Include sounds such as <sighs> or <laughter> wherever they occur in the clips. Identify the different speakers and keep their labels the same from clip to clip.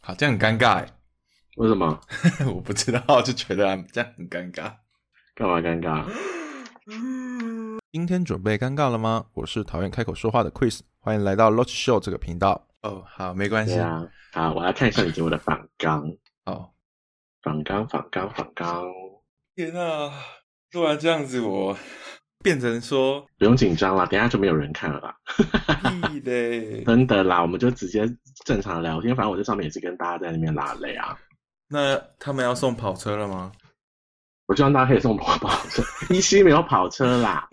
Speaker 1: 好，这样很尴尬
Speaker 2: 为什么？
Speaker 1: 哎， <laughs> 我不知道，就觉得啊这样很尴尬。
Speaker 2: 干嘛尴尬？
Speaker 1: 今天准备尴尬了吗？我是讨厌开口说话的 Chris，欢迎来到 Lodge Show 这个频道。哦，好，没关系。
Speaker 2: 对啊，好，我来看一下你给我的反纲，
Speaker 1: 哦，
Speaker 2: 反纲，反纲，反纲，
Speaker 1: 天啊！突然这样子，我变成说
Speaker 2: 不用紧张啦，等一下就没有人看了啦。
Speaker 1: 屁
Speaker 2: <laughs>
Speaker 1: 嘞。
Speaker 2: 真的啦，我们就直接正常聊天，反正我在上面也是跟大家在那边拉累啊。
Speaker 1: 那他们要送跑车了吗？
Speaker 2: 我希望大家可以送我跑车， <laughs> 一期没有跑车啦，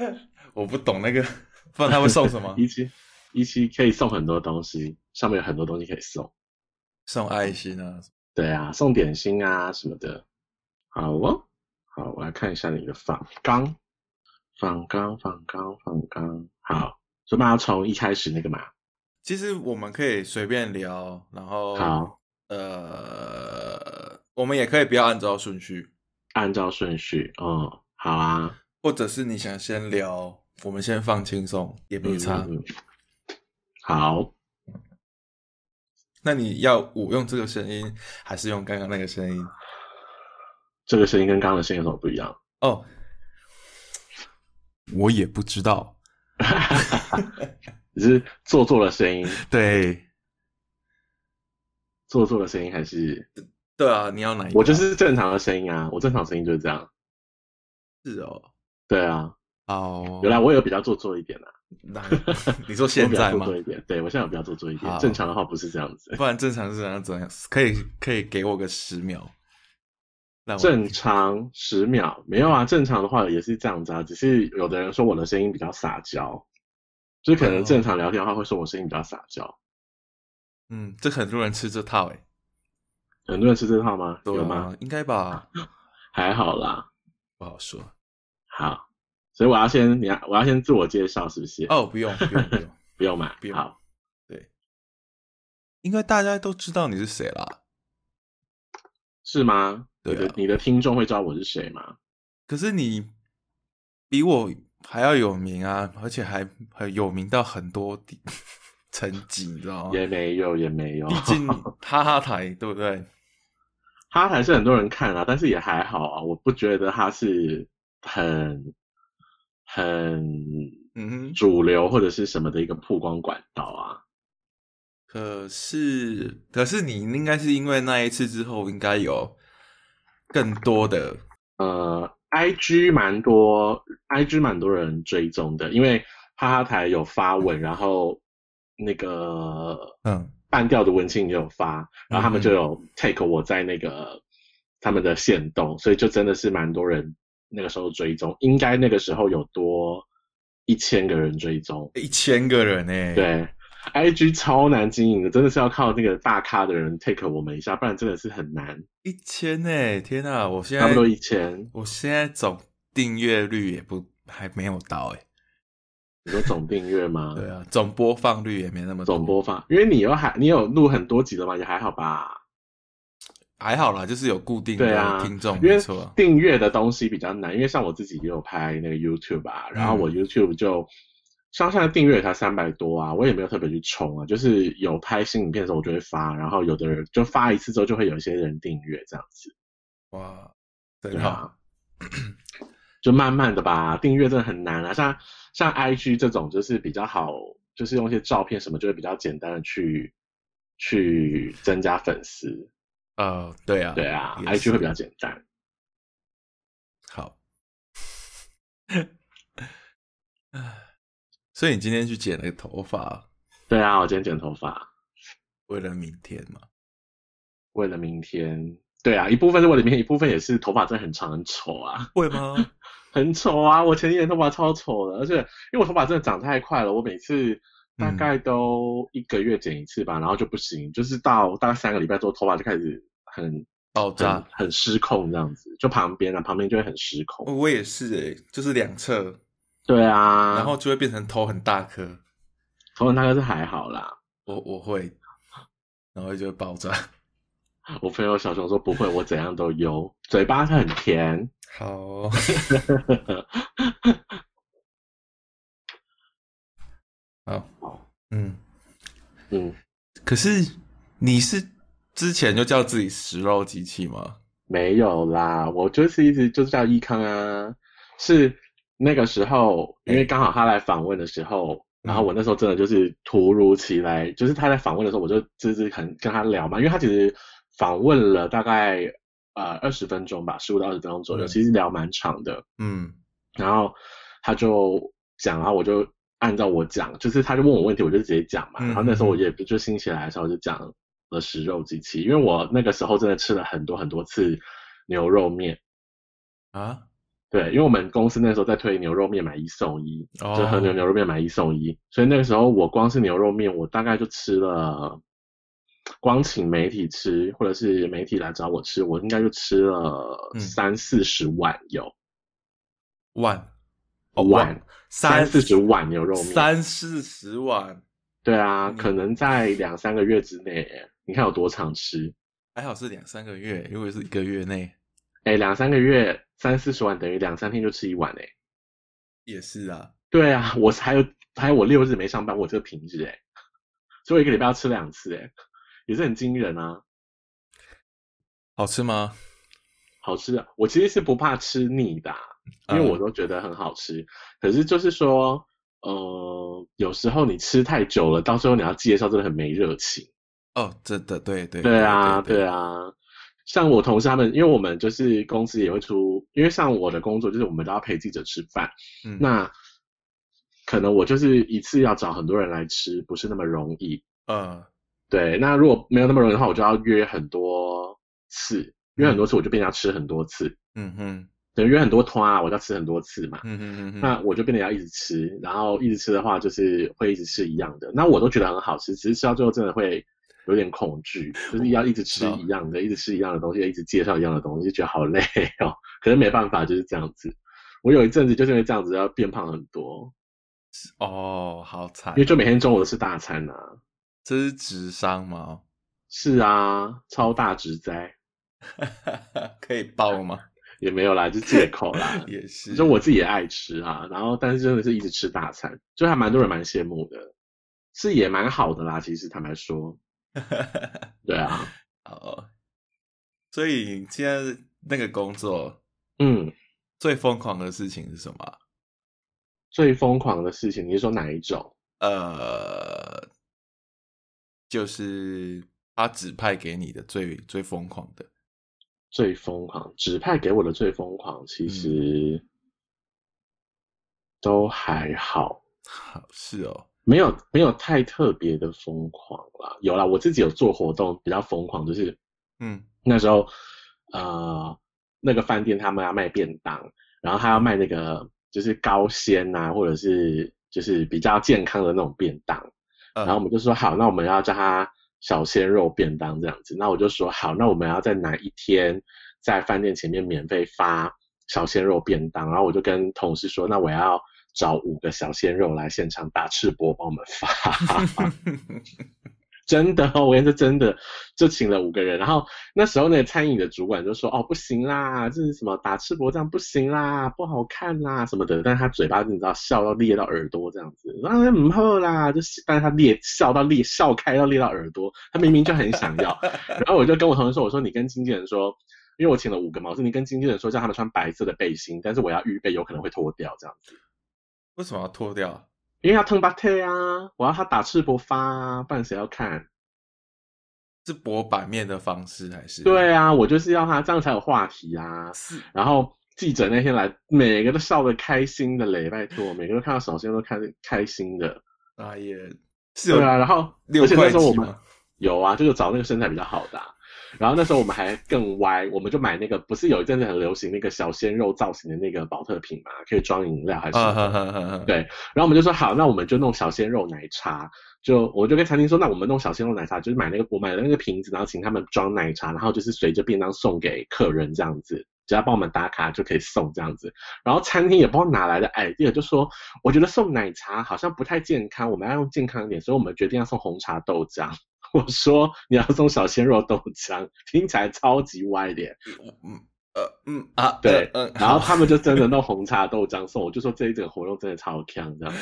Speaker 1: 我不懂那个， <laughs> 不然他会送什么
Speaker 2: <laughs> 一期一期可以送很多东西，上面有很多东西可以送。
Speaker 1: 送爱心啊？
Speaker 2: 对啊，送点心啊什么的。好哦，好，我来看一下你的仿纲，仿纲，仿纲，仿纲。好，就把它从一开始那个嘛。
Speaker 1: 其实我们可以随便聊，然后
Speaker 2: 好，
Speaker 1: 呃，我们也可以不要按照顺序，
Speaker 2: 按照顺序。哦，好啊，
Speaker 1: 或者是你想先聊，我们先放轻松也没差。
Speaker 2: 嗯。嗯好，
Speaker 1: 那你要我用这个声音，还是用刚刚那个声音？
Speaker 2: 这个声音跟刚刚的声音有什么不一样？
Speaker 1: 哦，我也不知道。
Speaker 2: 你是做作的声音，
Speaker 1: 对
Speaker 2: 做作的声音还是
Speaker 1: 对啊，你要哪一个？
Speaker 2: 我就是正常的声音啊？我正常声音就是这样。
Speaker 1: 是哦，
Speaker 2: 对啊，
Speaker 1: 哦，
Speaker 2: 原来我有比较做作一点啊。
Speaker 1: 那 <laughs> 你说现在
Speaker 2: 我比较
Speaker 1: 吗
Speaker 2: 做？作一点，对我现在有比较做作一
Speaker 1: 好
Speaker 2: 点。正常的话不是这样子。
Speaker 1: 不然正常是怎样怎样？可以可以给我个十秒，让我
Speaker 2: 正常十秒，没有啊，正常的话也是这样子啊，只是有的人说我的声音比较撒娇，就是可能正常聊天的话会说我声音比较撒娇。
Speaker 1: 嗯，这很多人吃这套诶、
Speaker 2: 很多人吃这套吗？
Speaker 1: 对啊
Speaker 2: 有吗？？
Speaker 1: 应该吧，
Speaker 2: 还好啦，
Speaker 1: 不好说。
Speaker 2: 好，所以我要先你要我要先自我介绍是不是？，
Speaker 1: 哦，不用不用不
Speaker 2: <laughs>
Speaker 1: 用，
Speaker 2: 不用嘛
Speaker 1: 不，用
Speaker 2: 好，
Speaker 1: 应该大家都知道你是谁啦。
Speaker 2: 是吗？
Speaker 1: 对啊
Speaker 2: 你的你的听众会知道我是谁吗？
Speaker 1: 可是你比我还要有名啊，而且还很有名到很多地层级，你知道吗？
Speaker 2: 也没有，也没有
Speaker 1: 毕，
Speaker 2: <laughs>
Speaker 1: 竟哈哈台对不对？
Speaker 2: 他还是很多人看啊，但是也还好啊，我不觉得他是很很
Speaker 1: 嗯哼。
Speaker 2: 主流或者是什么的一个曝光管道啊。
Speaker 1: 可是可是你应该是因为那一次之后，应该有更多的
Speaker 2: 呃，IG 蛮多，IG 蛮多人追踪的，因为哈哈台有发文，然后那个
Speaker 1: 嗯
Speaker 2: 半调的文青也有发，然后他
Speaker 1: 嗯
Speaker 2: 们就有 take 我在那个他们的线动，所以就真的是蛮多人那个时候追踪，应该那个时候有多一千个人追踪，
Speaker 1: 一千个人哎、
Speaker 2: 对。I G 超难经营的，真的是要靠那个大咖的人 take 我们一下，不然真的是很难。
Speaker 1: 一千哎，天啊！我现
Speaker 2: 差
Speaker 1: 在
Speaker 2: 不多一千。
Speaker 1: 我现在总订阅率也不还没有到哎、
Speaker 2: 你说总订阅吗？
Speaker 1: 对啊，总播放率也没那么多
Speaker 2: 总播放，因为你有还你有录很多集了嘛，也还好吧。
Speaker 1: 还好啦，就是有固定
Speaker 2: 对
Speaker 1: 的
Speaker 2: 啊
Speaker 1: 听众，
Speaker 2: 因
Speaker 1: 没
Speaker 2: 为
Speaker 1: 错。
Speaker 2: 订阅的东西比较难，因为像我自己也有拍那个 YouTube 啊，
Speaker 1: 嗯
Speaker 2: 然后我 YouTube 就上下订阅才三百多啊，我也没有特别去冲啊，就是有拍新影片的时候我就会发，然后有的人就发一次之后就会有一些人订阅这样子，
Speaker 1: 哇，
Speaker 2: 对
Speaker 1: 真好，
Speaker 2: 啊， <clears throat> 就慢慢的吧，订阅真的很难啊，像像 IG 这种就是比较好，就是用一些照片什么就会比较简单的去去增加粉丝，
Speaker 1: 呃，对啊，
Speaker 2: 对啊
Speaker 1: 也是
Speaker 2: ，IG 会比较简单。
Speaker 1: 好。所以你今天去剪了头发，
Speaker 2: 对啊，我今天剪头发，
Speaker 1: 为了明天嘛？
Speaker 2: 为了明天。对啊，一部分是为了明天，一部分也是头发真的很长很丑啊，
Speaker 1: 会吗？ <laughs>
Speaker 2: 很丑啊！我前几年头发超丑的，而且因为我头发真的长太快了，我每次大
Speaker 1: 嗯
Speaker 2: 概都一个月剪一次吧，然后就不行，就是到大概三个礼拜之后，头发就开始很
Speaker 1: 爆
Speaker 2: 很
Speaker 1: 炸，
Speaker 2: 很失控这样子，就旁边啊，旁边就会很失控。
Speaker 1: 我也是诶、就是两侧，
Speaker 2: 对啊，
Speaker 1: 然后就会变成头很大颗，
Speaker 2: 头发大概是还好啦，
Speaker 1: 我我会，然后就会爆炸。
Speaker 2: 我朋友小熊说不会，我怎样都有，嘴巴很甜。
Speaker 1: <laughs> 好 <laughs> 哦、好，嗯，
Speaker 2: 嗯，
Speaker 1: 可是你是之前就叫自己食肉机器吗？
Speaker 2: 没有啦，我就是一直就是叫易康啊，是那个时候，因为刚好他来访问的时候，然后我那时候真的就是突如其来，就是他在访问的时候，我就就是很跟他聊嘛，因为他其实访问了大概呃二十分钟吧，十五到二十分钟左右，
Speaker 1: 嗯
Speaker 2: 其实聊蛮长的，
Speaker 1: 嗯
Speaker 2: 然后他就讲，然后我就按照我讲，就是他就问我问题，我就直接讲嘛。
Speaker 1: 嗯
Speaker 2: 然后那时候我也不就兴起来的时候，我就讲了食肉机器，因为我那个时候真的吃了很多很多次牛肉面。
Speaker 1: 啊，
Speaker 2: 对，因为我们公司那时候在推牛肉面买一送一，
Speaker 1: 哦，
Speaker 2: 就和牛牛肉面买一送一，所以那个时候我光是牛肉面，我大概就吃了，光请媒体吃或者是媒体来找我吃，我应该就吃了
Speaker 1: 嗯
Speaker 2: 三四十碗有，
Speaker 1: 碗，哦
Speaker 2: 碗
Speaker 1: 三
Speaker 2: 三四十碗牛肉面，
Speaker 1: 三四十碗，
Speaker 2: 对啊，
Speaker 1: 嗯
Speaker 2: 可能在两三个月之内耶，你看有多常吃？
Speaker 1: 还好是两三个月，如果是一个月内
Speaker 2: 哎，两三个月三四十碗等于两三天就吃一碗哎。
Speaker 1: 也是啊，
Speaker 2: 对啊，我还有还有我六日没上班，我这个平日哎，所以我一个礼拜要吃两次哎，也是很惊人啊，
Speaker 1: 好吃吗？
Speaker 2: 好吃的。我其实是不怕吃腻的啊、因
Speaker 1: 嗯
Speaker 2: 为我都觉得很好吃。可是就是说，呃，有时候你吃太久了，到最后你要介绍真的很没热情。
Speaker 1: 哦，真的对对
Speaker 2: 对啊，
Speaker 1: 对
Speaker 2: 对啊。像我同事他们，因为我们就是公司也会出，因为像我的工作就是我们都要陪记者吃饭，
Speaker 1: 嗯
Speaker 2: 那可能我就是一次要找很多人来吃，不是那么容易。啊
Speaker 1: 呃
Speaker 2: 对，那如果没有那么容易的话，我就要约很多次，约很多次我就变成要吃很多次，
Speaker 1: 嗯哼
Speaker 2: 等于约很多团啊，我就要吃很多次嘛。
Speaker 1: 嗯哼嗯哼，
Speaker 2: 那我就变得要一直吃，然后一直吃的话，就是会一直吃一样的。那我都觉得很好吃，只是吃到最后真的会有点恐惧，就是要一直吃一样的，一直吃一样的东西，一直介绍一样的东西，就觉得好累哦。可是没办法，就是这样子。我有一阵子就是因为这样子要变胖很多，
Speaker 1: 哦，好惨
Speaker 2: 因，为就每天中午都吃大餐啊。
Speaker 1: 这是智商吗？ <laughs>
Speaker 2: 是啊，超大直灾
Speaker 1: 可以爆吗？。
Speaker 2: 也没有啦，就是借口啦
Speaker 1: <laughs> 也是，
Speaker 2: 就我自己也爱吃啊，然后但是真的是一直吃大餐，就还蛮多人蛮羡慕的，是也蛮好的啦。其实坦白说，对啊，
Speaker 1: 哦，所以你现在那个工作
Speaker 2: 嗯，
Speaker 1: 最疯狂的事情是什么啊？
Speaker 2: 最疯狂的事情，你是说哪一种？
Speaker 1: 呃，就是他指派给你的最最疯狂的，
Speaker 2: 最疯狂，指派给我的最疯狂，其实都还好，
Speaker 1: 好是哦，
Speaker 2: 没有没有太特别的疯狂啦。有啦，我自己有做活动，比较疯狂，就是
Speaker 1: 嗯
Speaker 2: 那时候，呃，那个饭店他们要卖便当，然后他要卖那个就是高纤啊，或者是就是比较健康的那种便当。
Speaker 1: 呃
Speaker 2: 然后我们就说好，那我们要叫它小鲜肉便当这样子。那我就说好，那我们要在哪一天在饭店前面免费发小鲜肉便当？然后我就跟同事说，那我要找五个小鲜肉来现场打赤膊帮我们发。 <laughs> 真的哦，我跟你说真的，就请了五个人。然后那时候那个餐饮的主管就说：“哦，不行啦，这是什么打赤膊这样不行啦，不好看啦什么的。”但是他嘴巴你知道笑到裂到耳朵这样子，然后唔好啦，就是但是他裂笑到裂笑开到裂到耳朵，他明明就很想要。然后我就跟我同事说：“我说你跟经纪人说。”因为我请了五个嘛，我说你跟经纪人说叫他们穿白色的背心，但是我要预备有可能会脱掉这样子，
Speaker 1: 为什么要脱掉？
Speaker 2: 因为要腾巴特啊，我要他打赤膊发啊，不然谁要看？
Speaker 1: 是博版面的方式还是？
Speaker 2: 对，啊，我就是要他这样才有话题啊。
Speaker 1: 是
Speaker 2: 然后记者那天来，每个都笑得开心的嘞，拜托，每个都看到小鲜肉看得开心的。
Speaker 1: 啊也是有
Speaker 2: 对啊，然后
Speaker 1: 六
Speaker 2: 而且那
Speaker 1: 块
Speaker 2: 时候我
Speaker 1: 几
Speaker 2: 们
Speaker 1: 吗？
Speaker 2: 有啊，就是找那个身材比较好的啊、然后那时候我们还更歪，我们就买那个，不是有一阵子很流行那个小鲜肉造型的那个保特瓶嘛，可以装饮料还是什么
Speaker 1: 啊
Speaker 2: 的
Speaker 1: 哈哈哈哈，
Speaker 2: 对然后我们就说好，那我们就弄小鲜肉奶茶。就我就跟餐厅说，那我们弄小鲜肉奶茶，就是买那个我买了那个瓶子，然后请他们装奶茶，然后就是随着便当送给客人这样子，只要帮我们打卡就可以送这样子。然后餐厅也不知道哪来的 idea，就说我觉得送奶茶好像不太健康，我们要用健康一点，所以我们决定要送红茶豆浆。 <laughs> 我说你要送小鲜肉豆浆，听起来超级歪的耶。
Speaker 1: 嗯呃嗯啊
Speaker 2: 对
Speaker 1: 呃嗯，
Speaker 2: 然后
Speaker 1: 好
Speaker 2: 他们就真的弄红茶豆浆送，我就说这一整个活动真的超强这样。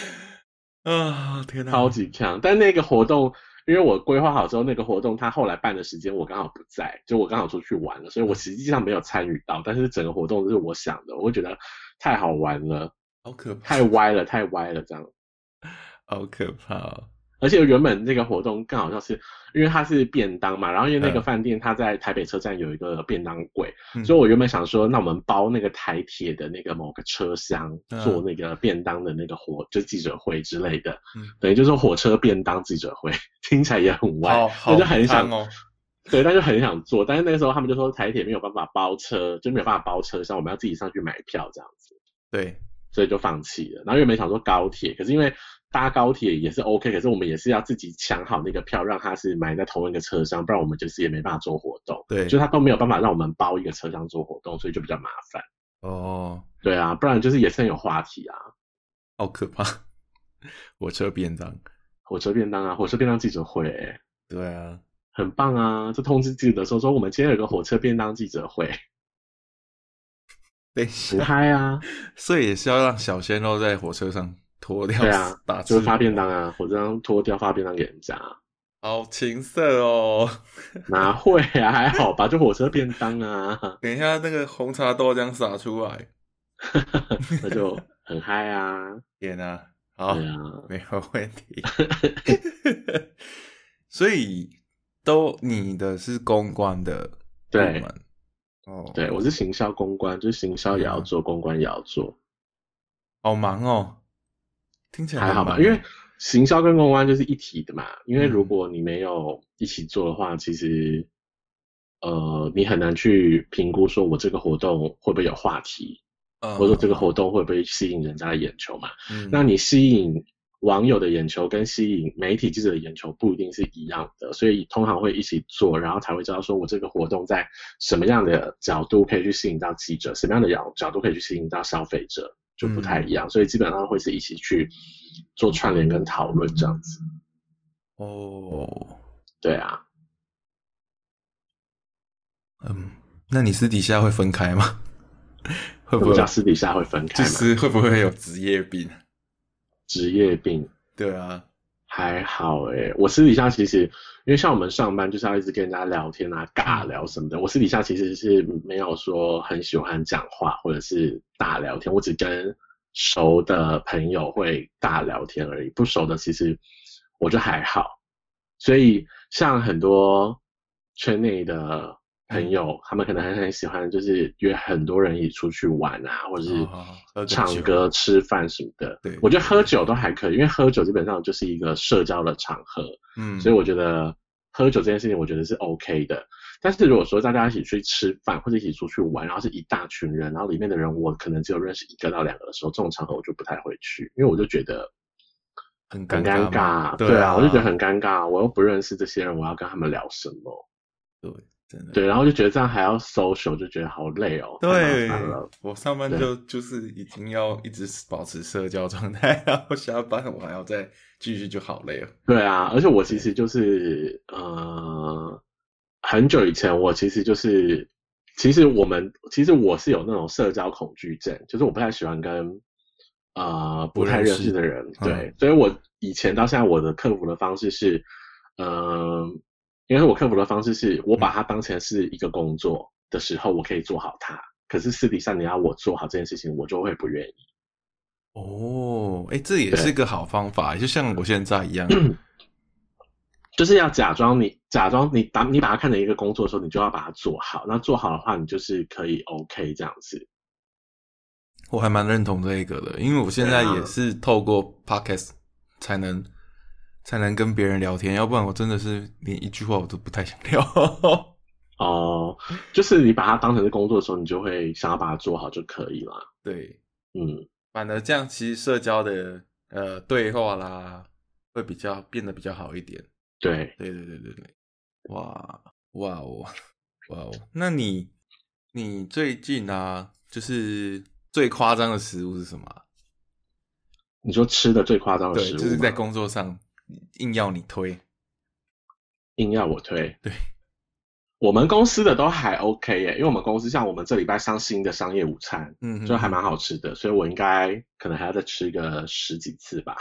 Speaker 1: 啊天哪，
Speaker 2: 超级强。但那个活动，因为我规划好之后，那个活动他后来办的时间我刚好不在，就我刚好出去玩了，所以我实际上没有参与到，但是整个活动是我想的，我觉得太好玩了，
Speaker 1: 好可怕，
Speaker 2: 太歪了，太歪了这样。
Speaker 1: 好可怕、哦。
Speaker 2: 而且原本那个活动更好像是，因为它是便当嘛，然后因为那个
Speaker 1: 嗯
Speaker 2: 饭店它在台北车站有一个便当柜，
Speaker 1: 嗯
Speaker 2: 所以我原本想说，那我们包那个台铁的那个某个车厢
Speaker 1: 嗯
Speaker 2: 做那个便当的那个火，就记者会之类的，
Speaker 1: 嗯
Speaker 2: 等于就是火车便当记者会， <laughs> 听起来也很歪，
Speaker 1: 好
Speaker 2: 我
Speaker 1: 好
Speaker 2: 就很想
Speaker 1: 烫哦，
Speaker 2: <laughs> 对，但就很想做，但是那个时候他们就说台铁没有办法包车，就没有办法包车厢，我们要自己上去买票这样子，
Speaker 1: 对，
Speaker 2: 所以就放弃了。然后原本想说高铁，可是因为搭高铁也是 OK，可是我们也是要自己抢好那个票，让它是买在同一个车厢，不然我们就是也没办法做活动。
Speaker 1: 对
Speaker 2: 就他都没有办法让我们包一个车厢做活动，所以就比较麻烦。
Speaker 1: 哦，
Speaker 2: 对啊，不然就是也是很有话题啊，
Speaker 1: 好可怕，火车便当，
Speaker 2: 火车便当啊，火车便当记者会、
Speaker 1: 对啊，
Speaker 2: 很棒啊！就通知记者说说我们今天有个火车便当记者会，
Speaker 1: 等一
Speaker 2: 很
Speaker 1: 下，
Speaker 2: 嗨啊！
Speaker 1: 所以也是要让小鲜肉在火车上脱掉
Speaker 2: 对啊
Speaker 1: 打
Speaker 2: 就
Speaker 1: 字
Speaker 2: 是发便当啊，我这样脱掉发便当给人家，
Speaker 1: 好情色哦。
Speaker 2: 哪会啊？还好吧，就火车便当啊，
Speaker 1: 等一下，那个红茶豆浆洒出来，
Speaker 2: 那就很嗨啊，
Speaker 1: 天啊，好，
Speaker 2: 对啊，
Speaker 1: 没有问
Speaker 2: <laughs>
Speaker 1: 题。所以都你的是公关的部
Speaker 2: 对
Speaker 1: 门哦，
Speaker 2: 对，我是行销公关，就是行销也要做，公关也要做，
Speaker 1: 好忙哦，听起来
Speaker 2: 还好吧，
Speaker 1: 吧？
Speaker 2: 因为行销跟公关就是一体的嘛，因为如果你没有一起做的话，其实。呃，你很难去评估说我这个活动会不会有话题，
Speaker 1: 嗯
Speaker 2: 或者说这个活动会不会吸引人家的眼球嘛？
Speaker 1: 嗯
Speaker 2: 那你吸引网友的眼球跟吸引媒体记者的眼球不一定是一样的，所以通常会一起做，然后才会知道说我这个活动在什么样的角度可以去吸引到记者，什么样的角角度可以去吸引到消费者，就不太一
Speaker 1: 嗯
Speaker 2: 样。所以基本上会是一起去做串联跟讨论这样子。
Speaker 1: 哦，
Speaker 2: 对啊，
Speaker 1: 嗯，那你私底下会分开
Speaker 2: <laughs>
Speaker 1: 吗？会
Speaker 2: 我
Speaker 1: 不会
Speaker 2: 们讲私底下会分
Speaker 1: 就
Speaker 2: 开嘛？
Speaker 1: 是会不会有职业病？
Speaker 2: 职业病。
Speaker 1: 对啊，
Speaker 2: 还好诶、我私底下其实，因为像我们上班就是要一直跟人家聊天啊、
Speaker 1: 嗯
Speaker 2: 尬聊什么的。我私底下其实是没有说很喜欢讲话或者是大聊天，我只跟熟的朋友会大聊天而已，不熟的其实我就还好。所以像很多圈内的
Speaker 1: 嗯
Speaker 2: 朋友，他们可能很很喜欢，就是约很多人一起出去玩啊，或者是
Speaker 1: 哦好好喝个酒
Speaker 2: 唱歌、呃吃饭什么的。
Speaker 1: 对
Speaker 2: 我觉得喝酒都还可以，因为喝酒基本上就是一个社交的场合，
Speaker 1: 嗯，
Speaker 2: 所以我觉得喝酒这件事情，我觉得是 OK 的。但是如果说大家一起去吃饭或者一起出去玩，然后是一大群人，然后里面的人我可能只有认识一个到两个的时候，这种场合我就不太会去，因为我就觉得
Speaker 1: 很
Speaker 2: 很
Speaker 1: 尬
Speaker 2: 尴
Speaker 1: 嘛，
Speaker 2: 尬。
Speaker 1: 对
Speaker 2: 啊，我就觉得很尴尬，我又不认识这些人，我要跟他们聊什么？
Speaker 1: 对，真的
Speaker 2: 对，然后就觉得这样还要 social，就觉得好累哦，太
Speaker 1: 对
Speaker 2: 麻烦了。，
Speaker 1: 我上班就就是已经要一直保持社交状态，然后下班我还要再继续，就好累了。
Speaker 2: 对啊，而且我其实就是呃，很久以前我其实就是，其实我们其实我是有那种社交恐惧症，就是我不太喜欢跟呃不太认识嗯的人，
Speaker 1: 不认识
Speaker 2: 对，所以我以前到现在我的克服的方式是，呃，因为我克服的方式是我把它当成是一个工作的时候，我可以做好它，可是私底下你要我做好这件事情，我就会不愿意。
Speaker 1: 哦，哎，这也
Speaker 2: 对
Speaker 1: 是一个好方法，就像我现在一样。
Speaker 2: 就是要假装你假装你把你把它看成一个工作的时候，你就要把它做好。那做好的话，你就是可以 OK 这样子。
Speaker 1: 我还蛮认同这一个的，因为我现
Speaker 2: 啊
Speaker 1: 在也是透过 podcast 才能才能跟别人聊天，要不然我真的是连一句话我都不太想聊。 <laughs>
Speaker 2: 哦、就是你把它当成是工作的时候，你就会想要把它做好就可以啦。
Speaker 1: 对，
Speaker 2: 嗯，
Speaker 1: 反而这样其实社交的呃对话啦，会比较变得比较好一点。
Speaker 2: 对，
Speaker 1: 对对对对对，哇哇哦哇哦！那你你最近啊，就是最夸张的食物是什么啊？
Speaker 2: 你说吃的最夸张的
Speaker 1: 对，
Speaker 2: 哦食物吗，
Speaker 1: 就是在工作上硬要你推，
Speaker 2: 硬要我推。
Speaker 1: 对，
Speaker 2: 我们公司的都还 OK 耶，因为我们公司像我们这礼拜上新的商业午餐，
Speaker 1: 嗯，
Speaker 2: 就还蛮好吃的，所以我应该
Speaker 1: <laughs>
Speaker 2: 可能还要再吃个十几次吧，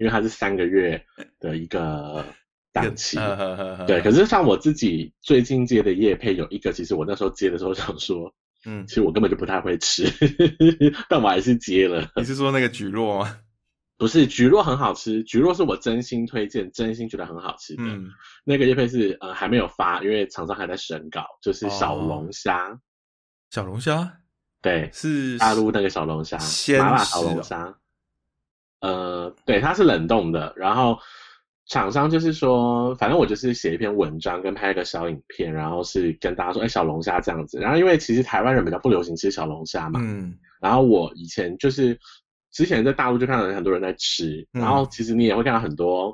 Speaker 2: 因为它是三个月的一个档期。
Speaker 1: 呵呵呵呵
Speaker 2: 对，可是像我自己最近接的夜配有一个，其实我那时候接的时候想说，
Speaker 1: 嗯
Speaker 2: 其，实我根本就不太会吃， <laughs> 但我还是接了。
Speaker 1: 你是说那个菊络吗？
Speaker 2: 不是菊若很好吃，菊若是我真心推荐，真心觉得很好吃的。
Speaker 1: 嗯，
Speaker 2: 那个叶配是呃还没有发，因为厂商还在审稿，就是小龙虾，
Speaker 1: 小龙虾
Speaker 2: 对，
Speaker 1: 是
Speaker 2: 大陆那个小龙虾，
Speaker 1: 鲜
Speaker 2: 麻辣
Speaker 1: 食
Speaker 2: 小龙
Speaker 1: 哦
Speaker 2: 虾。呃，对，它是冷冻的，然后厂商就是说，反正我就是写一篇文章跟拍一个小影片，然后是跟大家说，哎，小龙虾这样子。然后因为其实台湾人比较不流行吃小龙虾嘛，
Speaker 1: 嗯
Speaker 2: 然后我以前就是之前在大陆就看到很多人在吃，
Speaker 1: 嗯
Speaker 2: 然后其实你也会看到很多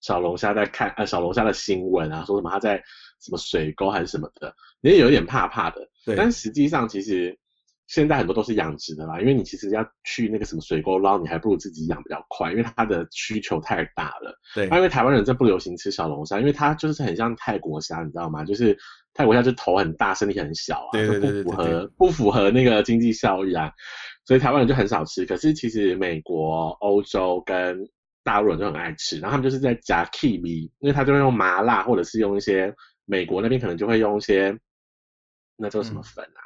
Speaker 2: 小龙虾在看呃小龙虾的新闻啊，说什么它在什么水沟还是什么的，你也有点怕怕的。
Speaker 1: 对，
Speaker 2: 但实际上其实现在很多都是养殖的啦，因为你其实要去那个什么水沟捞，你还不如自己养比较快，因为它的需求太大了。
Speaker 1: 对
Speaker 2: 那因为台湾人真不流行吃小龙虾，因为它就是很像泰国虾，你知道吗？就是泰国虾就头很大，身体很小啊，
Speaker 1: 对
Speaker 2: 就
Speaker 1: 对对对
Speaker 2: 不符
Speaker 1: 对对
Speaker 2: 合不符合那个经济效益啊，所以台湾人就很少吃。可是其实美国、欧洲跟大陆人就很爱吃，然后他们就是在夹 kiwi，因为他就会用麻辣，或者是用一些美国那边可能就会用一些那叫
Speaker 1: 嗯
Speaker 2: 什么粉啊？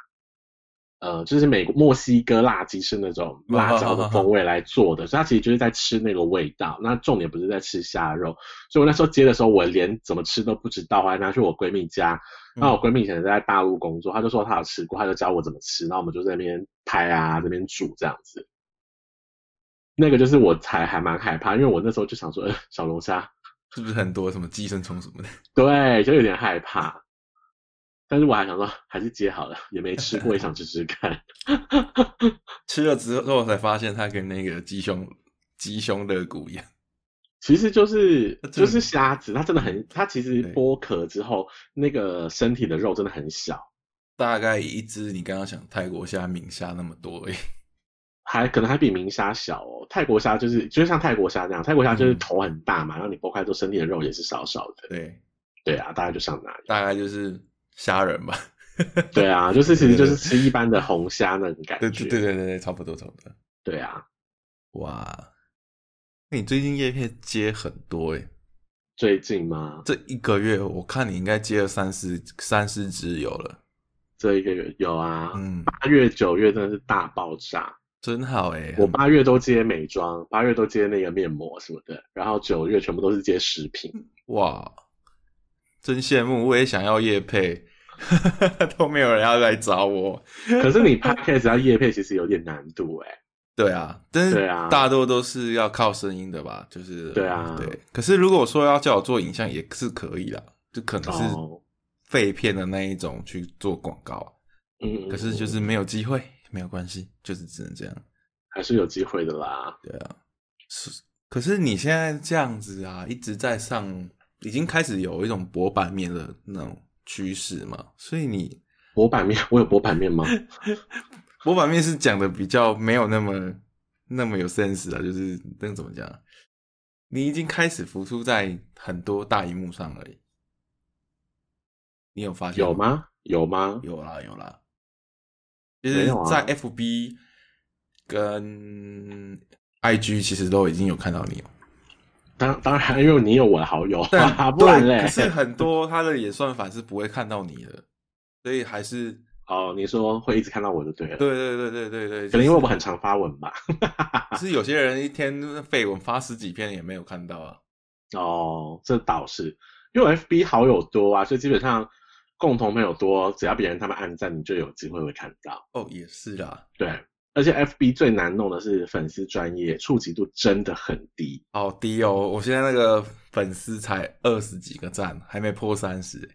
Speaker 2: 呃，就是美国墨西哥辣鸡是那种辣椒的风味来做的，所以它其实就是在吃那个味道。那重点不是在吃虾肉，所以我那时候接的时候，我连怎么吃都不知道，我还拿去我闺蜜家。那我闺蜜以前在大陆工作，她就说她有吃过，她就教我怎么吃，然后我们就在那边拍啊，这边煮这样子。那个就是我才还蛮害怕，因为我那时候就想说，呃、小龙虾
Speaker 1: 是不是很多什么寄生虫什么的？ <laughs>
Speaker 2: 对，就有点害怕。但是我还想说，还是接好了，也没吃过，也想吃吃看。
Speaker 1: 吃了之后才发现它跟那个鸡胸鸡胸肋骨一样。
Speaker 2: 其实就是
Speaker 1: 那真的
Speaker 2: 就是虾子，它真的很，它其实
Speaker 1: 对
Speaker 2: 剥壳之后，那个身体的肉真的很小，
Speaker 1: 大概一只你刚刚讲泰国虾、明虾那么多而已。 <laughs>
Speaker 2: 还可能还比明虾小哦。泰国虾就是就像泰国虾那样，泰国虾就是
Speaker 1: 嗯
Speaker 2: 头很大嘛，然后你剥开之后，身体的肉也是少少的。
Speaker 1: 对，
Speaker 2: 对啊，大概就像
Speaker 1: <laughs>
Speaker 2: 那样。
Speaker 1: 大概就是虾仁吧。 <laughs>
Speaker 2: 对啊，就是其实就
Speaker 1: 对
Speaker 2: 是吃一般的红虾那种感
Speaker 1: 对
Speaker 2: 觉。
Speaker 1: 对对对对，差不多差不多。
Speaker 2: 对啊，
Speaker 1: 哇，那你最近叶片接很多诶、欸
Speaker 2: 最近吗？
Speaker 1: 这一个月我看你应该接了三四三四只有了。
Speaker 2: 这一个月有啊，
Speaker 1: 嗯，
Speaker 2: 八月九月真的是大爆炸。
Speaker 1: 真好欸诶、
Speaker 2: 我八月都接美妆，八月都接那个面膜什么的，然后九月全部都是接食品。
Speaker 1: 哇，真羡慕，我也想要叶配， <laughs> 都没有人要来找我。
Speaker 2: 可是你 podcast 要夜配其实有点难度哎、
Speaker 1: 对啊，但
Speaker 2: 对
Speaker 1: 是
Speaker 2: 啊
Speaker 1: 大多都是要靠声音的吧，就是
Speaker 2: 对啊
Speaker 1: 对。可是如果说要叫我做影像也是可以啦，就可能是
Speaker 2: 哦
Speaker 1: 废片的那一种去做广告啊，
Speaker 2: 嗯，
Speaker 1: 可是就是没有机会，没有关系，就是只能这样。
Speaker 2: 还是有机会的啦。
Speaker 1: 可啊是你现在这样子啊，一直在上，已经开始有一种薄版面的那种趋势嘛，所以你
Speaker 2: 薄板面，我有薄板面吗？
Speaker 1: 薄版面是讲的比较没有那么那么有 sense 啊，就是那个怎么讲啊，你已经开始浮出在很多大荧幕上而已，你有发现
Speaker 2: 有？吗？有吗？
Speaker 1: 有啦有啦，就是
Speaker 2: 没有啊
Speaker 1: 在 FB 跟 IG 其实都已经有看到你了。
Speaker 2: 当当然，因为你有我的好友， <laughs> 啊
Speaker 1: 但
Speaker 2: 不然
Speaker 1: 对
Speaker 2: 嘞
Speaker 1: 可。是很多它的演算法是不会看到你的，所以还是
Speaker 2: 哦，你说会一直看到我就对了。
Speaker 1: 对对对对对对，
Speaker 2: 可能因为我很常发文吧。
Speaker 1: 就是有些人一天绯闻发十几篇也没有看到啊。
Speaker 2: 哦，这倒是，因为我 FB 好友多啊，所以基本上共同朋友多，只要别人他们按赞，你就有机会会看到。
Speaker 1: 哦，也是啦。
Speaker 2: 对，而且 FB 最难弄的是粉丝专业触及度真的很低，
Speaker 1: 好低哦！我现在那个粉丝才二十几个赞，还没破三十。欸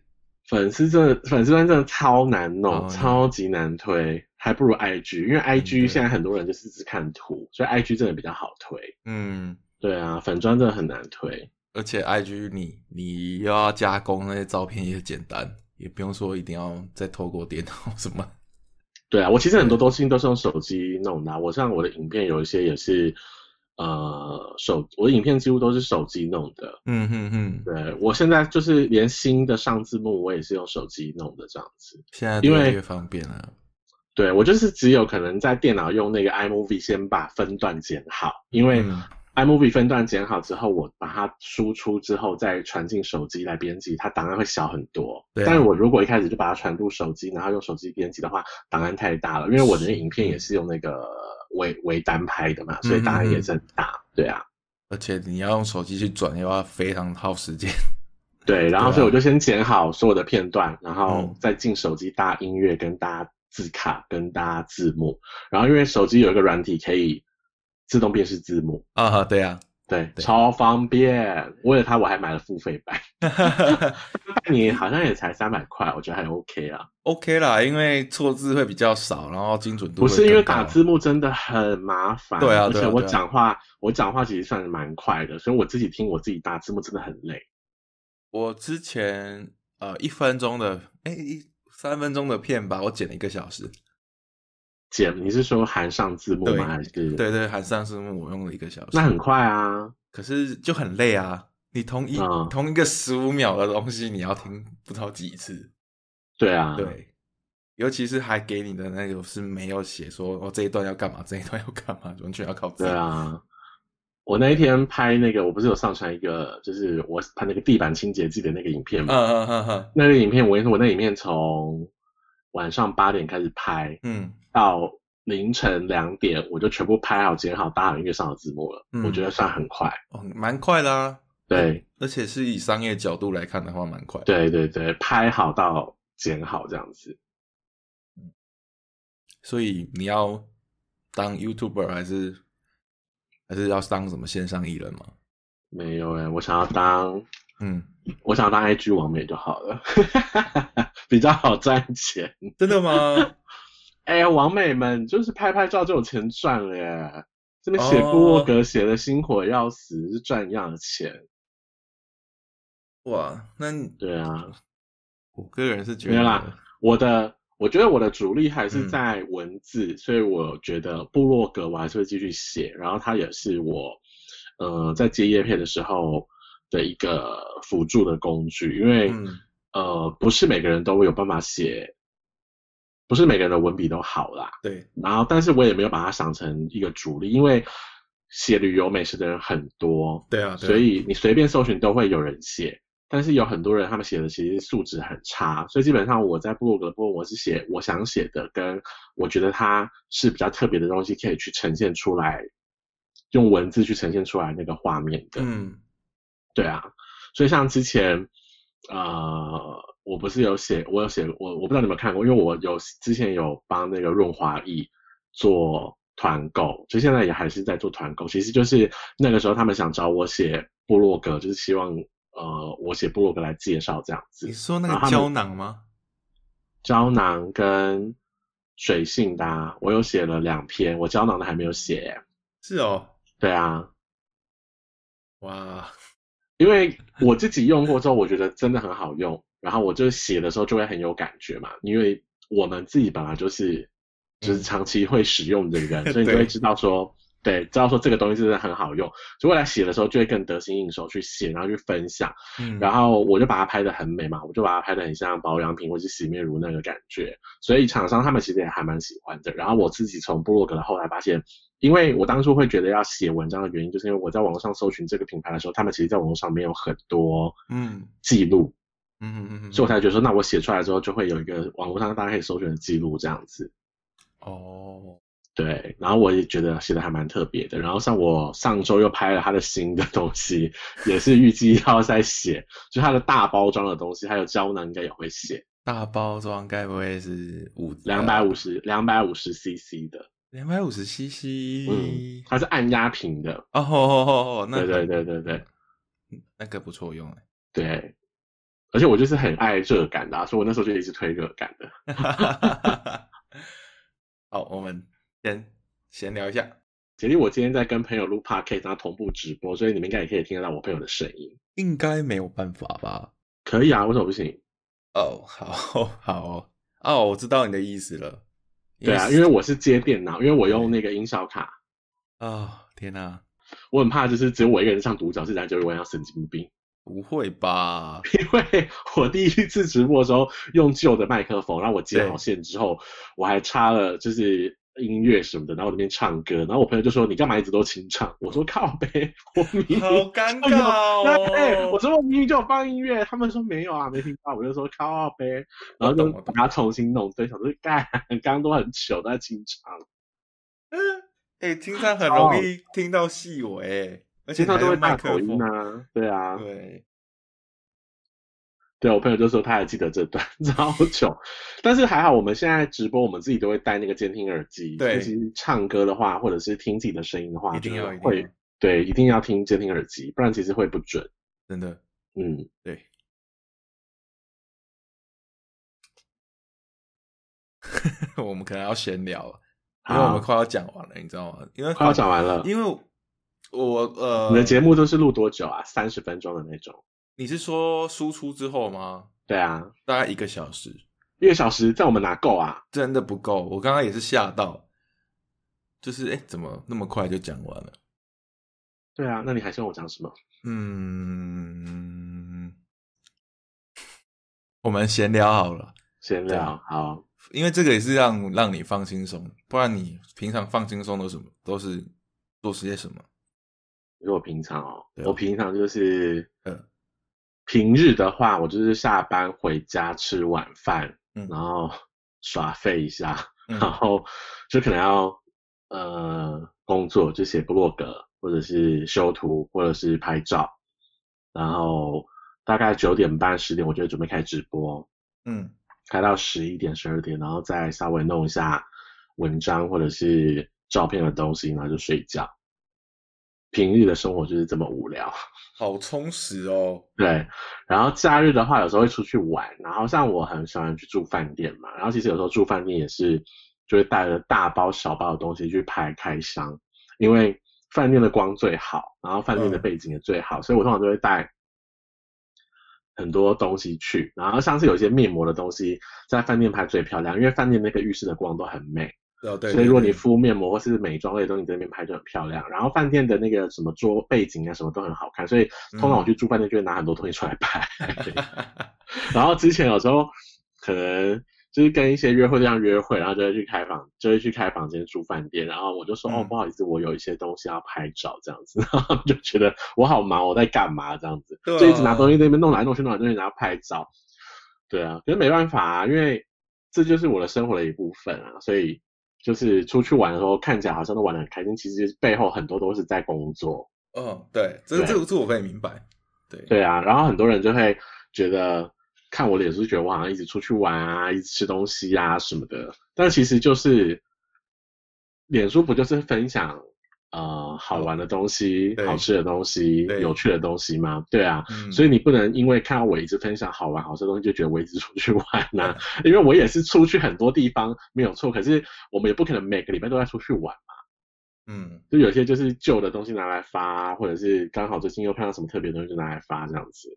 Speaker 2: 粉丝真的粉丝专业真的超难弄，
Speaker 1: 哦嗯
Speaker 2: 超级难推，还不如 IG，因为
Speaker 1: 对
Speaker 2: IG 现在很多人就是只看图，所以 IG 真的比较好推。
Speaker 1: 嗯，
Speaker 2: 对啊，粉专真的很难推。
Speaker 1: 而且 IG 你你又要加工那些照片也简单，也不用说一定要再透过电脑什么。 <laughs>
Speaker 2: 对啊，我其实很多东西都是用手机弄的啊、我像我的影片有一些也是，呃，手我的影片几乎都是手机弄的。
Speaker 1: 嗯哼哼，
Speaker 2: 对我现在就是连新的上字幕我也是用手机弄的这样子。
Speaker 1: 现在
Speaker 2: 因
Speaker 1: 越
Speaker 2: 为
Speaker 1: 来越方便了。
Speaker 2: 对我就是只有可能在电脑用那个 iMovie 先把分段剪好，因为
Speaker 1: 嗯
Speaker 2: iMovie 分段剪好之后，我把它输出之后再传进手机来编辑，它档案会小很多。
Speaker 1: 对啊
Speaker 2: 但是我如果一开始就把它传入手机，然后用手机编辑的话，档案太大了，因为我的影片也是用那个
Speaker 1: 嗯
Speaker 2: 微微单拍的嘛，所以档案也是很大。对啊，
Speaker 1: 而且你要用手机去转，又要非常耗时间。 <laughs>
Speaker 2: 对，然
Speaker 1: 对
Speaker 2: 后
Speaker 1: 啊
Speaker 2: 所以我就先剪好所有的片段，然后
Speaker 1: 嗯
Speaker 2: 再进手机搭音乐跟搭字卡跟搭字幕，然后因为手机有一个软体可以自动辨识字幕，
Speaker 1: 啊，对啊， <laughs>
Speaker 2: 对，
Speaker 1: 对
Speaker 2: 超方便。为了它我还买了付费版，但你好像也才三百块，我觉得还 OK 啊。
Speaker 1: OK 啦，因为错字会比较少，然后精准度
Speaker 2: 不
Speaker 1: 会
Speaker 2: 是因为
Speaker 1: 更高
Speaker 2: 打字幕真的很麻烦，
Speaker 1: 对啊
Speaker 2: 而
Speaker 1: 对啊
Speaker 2: 且我
Speaker 1: 对啊
Speaker 2: 讲话、我讲话其实算是蛮快的，所以我自己听我自己打字幕真的很累。
Speaker 1: 我之前呃一分钟的哎一三分钟的片吧，我剪了一个小时。
Speaker 2: 姐，你是说含上字幕
Speaker 1: 对
Speaker 2: 吗？还是
Speaker 1: 对对，含上字幕我用了一个小时，
Speaker 2: 那很快啊。
Speaker 1: 可是就很累啊。你同一、
Speaker 2: 嗯
Speaker 1: 同一个十五秒的东西，你要听不知道几次。
Speaker 2: 对啊，
Speaker 1: 对，尤其是还给你的那个是没有写说哦这一段要干嘛，这一段要干嘛，完全要靠自
Speaker 2: 对
Speaker 1: 己。
Speaker 2: 啊，我那一天拍那个，我不是有上传一个，就是我拍那个地板清洁剂的那个影
Speaker 1: 嗯
Speaker 2: 片嘛。
Speaker 1: 嗯嗯嗯
Speaker 2: 那个影片，我跟你说，我那影片从晚上八点开始拍
Speaker 1: 嗯，
Speaker 2: 到凌晨两点，我就全部拍好、剪好、搭好音乐、上好字幕了。
Speaker 1: 嗯
Speaker 2: 我觉得算很快。
Speaker 1: 哦，蛮快啦、
Speaker 2: 对
Speaker 1: 而且是以商业角度来看的话，蛮快。，
Speaker 2: 对对对，拍好到剪好这样子。
Speaker 1: 所以你要当 YouTuber 还是还是要当什么线上艺人嘛？
Speaker 2: 没有哎、我想要当，
Speaker 1: 嗯，
Speaker 2: 我想要当 IG 王美就好了， <laughs> 比较好赚钱。
Speaker 1: 真的吗？ <laughs>
Speaker 2: 哎、呀，王美们就是拍拍照就有钱赚了耶！这边写部落格写的辛苦得要死，是赚一样的钱。
Speaker 1: 哇，那你
Speaker 2: 对啊，
Speaker 1: 我个人是觉
Speaker 2: 没
Speaker 1: 得
Speaker 2: 有啦我的我觉得我的主力还是在文字，所以我觉得部落格我还是会继续写，然后它也是我呃在接叶片的时候的一个辅助的工具，因为、
Speaker 1: 嗯
Speaker 2: 呃不是每个人都有办法写，不是每个人的文笔都好啦。
Speaker 1: 对，
Speaker 2: 然后，但是我也没有把它想成一个主力，因为写旅游美食的人很多，
Speaker 1: 对啊，对啊
Speaker 2: 所以你随便搜寻都会有人写。但是有很多人他们写的其实素质很差，所以基本上我在部落格的部分，我是写我想写的，跟我觉得它是比较特别的东西，可以去呈现出来，用文字去呈现出来那个画面的。
Speaker 1: 嗯
Speaker 2: 对啊，所以像之前，呃，我不是有写，我有写，我我不知道你们有没有看过，因为我有之前有帮那个润滑液做团购，就现在也还是在做团购。其实就是那个时候他们想找我写部落格，就是希望呃我写部落格来介绍这样子
Speaker 1: 你，说那
Speaker 2: 然后
Speaker 1: 个
Speaker 2: 他们
Speaker 1: 胶囊吗？
Speaker 2: 胶囊跟水性的、啊，我有写了两篇，我胶囊的还没有写。
Speaker 1: 是哦，
Speaker 2: 对啊，
Speaker 1: 哇，
Speaker 2: 因为我自己用过之后，我觉得真的很好用，然后我就写的时候就会很有感觉嘛，因为我们自己本来就是就是长期会使用的人，
Speaker 1: 对
Speaker 2: 所以你就会知道说，对，知道说这个东西真的很好用，所以未来写的时候就会更得心应手去写，然后去分享，
Speaker 1: 嗯，
Speaker 2: 然后我就把它拍的很美嘛，我就把它拍的很像保养品或是洗面乳那个感觉，所以厂商他们其实也还蛮喜欢的。然后我自己从部落格的后台发现，因为我当初会觉得要写文章的原因，就是因为我在网络上搜寻这个品牌的时候，他们其实在网络上没有很多
Speaker 1: 嗯
Speaker 2: 记录，
Speaker 1: 嗯嗯嗯，
Speaker 2: 所以我才觉得说，那我写出来之后就会有一个网络上大家可以搜寻的记录这样子。
Speaker 1: 哦，
Speaker 2: 对，然后我也觉得写的还蛮特别的。然后像我上周又拍了他的新的东西，也是预计要再写，就他的大包装的东西，还有胶囊应该也会写，
Speaker 1: 大包装该不会是五
Speaker 2: 两百五十两百五十 CC 的，
Speaker 1: 两百五十 CC？
Speaker 2: 嗯，它是按压瓶的，
Speaker 1: 哦吼吼吼吼，那
Speaker 2: 对对对对对
Speaker 1: 那个不错用哎。
Speaker 2: 对。而且我就是很爱热感的、啊，所以我那时候就一直推热感的。
Speaker 1: <laughs> 好，我们先闲聊一下。
Speaker 2: 姐弟，我今天在跟朋友录 podcast，然后同步直播，所以你们应该也可以听得到我朋友的声音。
Speaker 1: 应该没有办法吧？
Speaker 2: 可以啊，为什么不行？
Speaker 1: 哦，好 <laughs> 好哦，哦，我知道你的意思了。
Speaker 2: 对啊，因为我是接电脑，因为我用那个音效卡。
Speaker 1: 啊、天哪、
Speaker 2: 我很怕，就是只有我一个人唱独角戏，然后就会玩到神经病。 <laughs>
Speaker 1: 不会吧？
Speaker 2: 因为我第一次直播的时候用旧的麦克风，然后我接好线之后，我还插了就是音乐什么的，然后我那边唱歌，然后我朋友就说你干嘛一直都清唱？我说靠呗，我明明
Speaker 3: 好尴尬哦！
Speaker 2: 哎、
Speaker 1: <laughs>
Speaker 2: 我说我明明就有放音乐，他们说没有啊，没听到，我就说靠呗，然后就
Speaker 3: 我懂我
Speaker 2: 把
Speaker 3: 懂
Speaker 2: 它重新弄对，想说干， <laughs> 刚刚都很糗，都在清唱，
Speaker 3: 哎、听唱很容易听到细微，而且
Speaker 2: 经常
Speaker 3: 还
Speaker 2: 哦都
Speaker 3: 有
Speaker 2: 会
Speaker 3: 麦
Speaker 2: 大
Speaker 3: 克
Speaker 2: 口音
Speaker 3: 风。嗯
Speaker 2: 啊，对啊，
Speaker 3: 对，
Speaker 2: 对我朋友就说他还记得这段， <laughs> 超糗。但是还好，我们现在直播，我们自己都会戴那个监听耳机。
Speaker 3: 对
Speaker 2: 尤其是唱歌的话，或者是听自己的声音的话，
Speaker 1: 一定
Speaker 2: 就
Speaker 1: 要
Speaker 2: 是
Speaker 1: 一定
Speaker 2: 会
Speaker 1: 要
Speaker 2: 对，一定要听监听耳机，不然其实会不准。
Speaker 1: 真的 <laughs>
Speaker 2: 嗯，
Speaker 1: 对。我们可能要闲聊了，因为我们
Speaker 2: 好
Speaker 1: 快要讲完了，你知道吗？因为
Speaker 2: 快要讲完了。
Speaker 1: 因为我呃，
Speaker 2: 你的节目都是录多久啊？三十分钟的那种。
Speaker 1: 你是说输出之后吗？
Speaker 2: 对啊，
Speaker 1: 大概一个小时，
Speaker 2: 一个小时在我们哪够啊？
Speaker 1: 真的不够。我刚刚也是吓到，就是哎，诶怎么那么快就讲完了？
Speaker 2: 对啊，那你还希望我讲什么？
Speaker 1: 嗯，我们闲聊好了，
Speaker 2: 闲
Speaker 1: 对
Speaker 2: 聊
Speaker 1: 啊
Speaker 2: 好，
Speaker 1: 因为这个也是让让你放轻松，不然你平常放轻松都什么都是做些什么？
Speaker 2: 如果平常哦，
Speaker 1: 对啊
Speaker 2: 我平常就是
Speaker 1: 嗯
Speaker 2: 平日的话，我就是下班回家吃晚饭，
Speaker 1: 嗯
Speaker 2: 然后 <laughs> 耍废一下，
Speaker 1: 嗯
Speaker 2: 然后就可能要呃工作，就写部落格，或者是修图，或者是拍照，然后大概九点半十点，我就会准备开直播，
Speaker 1: 嗯
Speaker 2: 开到十一点十二点，然后再稍微弄一下文章或者是照片的东西，然后就睡觉。平日的生活就是这么无聊。
Speaker 1: 好充实哦。
Speaker 2: 对，然后假日的话，有时候会出去玩。然后像我很喜欢去住饭店嘛，然后其实有时候住饭店也是，就会带着大包小包的东西去拍开箱，因为饭店的光最好，然后饭店的
Speaker 1: 嗯
Speaker 2: 背景也最好，所以我通常都会带很多东西去。然后像是有一些面膜的东西，在饭店拍最漂亮，因为饭店那个浴室的光都很美。
Speaker 1: 哦，对，
Speaker 2: 所以
Speaker 1: 对
Speaker 2: 如果
Speaker 1: 对
Speaker 2: 你敷面膜或是美妆类的东西，你在那边拍就很漂亮。然后饭店的那个什么桌背景啊，什么都很好看。所以
Speaker 1: 嗯
Speaker 2: 通常我去住饭店就会拿很多东西出来
Speaker 1: <laughs>
Speaker 2: 拍。然后之前有时候可能就是跟一些约会对象约会，然后就会去开房，就会去开房间住饭店。然后我就说、
Speaker 1: 嗯
Speaker 2: 哦，不好意思，我有一些东西要拍照这样子。 <laughs> 然后他们就觉得我好忙，我在干嘛这样子，
Speaker 1: 对啊
Speaker 2: 就一直拿东西在那边弄来弄去，弄来弄去，然后拍照。对啊，可是没办法啊，因为这就是我的生活的一部分啊，所以就是出去玩的时候看起来好像都玩的很开心，其实背后很多都是在工作。
Speaker 1: 嗯，对，这这个这我可以明白。对，
Speaker 2: 对啊，然后很多人就会觉得看我脸书，觉得我好像一直出去玩啊，一直吃东西啊什么的，但其实就是脸书不就是分享呃好玩的东西、
Speaker 1: 对
Speaker 2: 好吃的东西、
Speaker 1: 对
Speaker 2: 有趣的东西吗？对啊，
Speaker 1: 嗯
Speaker 2: 所以你不能因为看到我一直分享好玩好吃的东西，就觉得我一直出去玩呐、因为我也是出去很多地方，没有错。可是我们也不可能每个礼拜都在出去玩，
Speaker 1: 嗯，
Speaker 2: 就有些就是旧的东西拿来发，或者是刚好最近又看到什么特别的东西就拿来发这样子。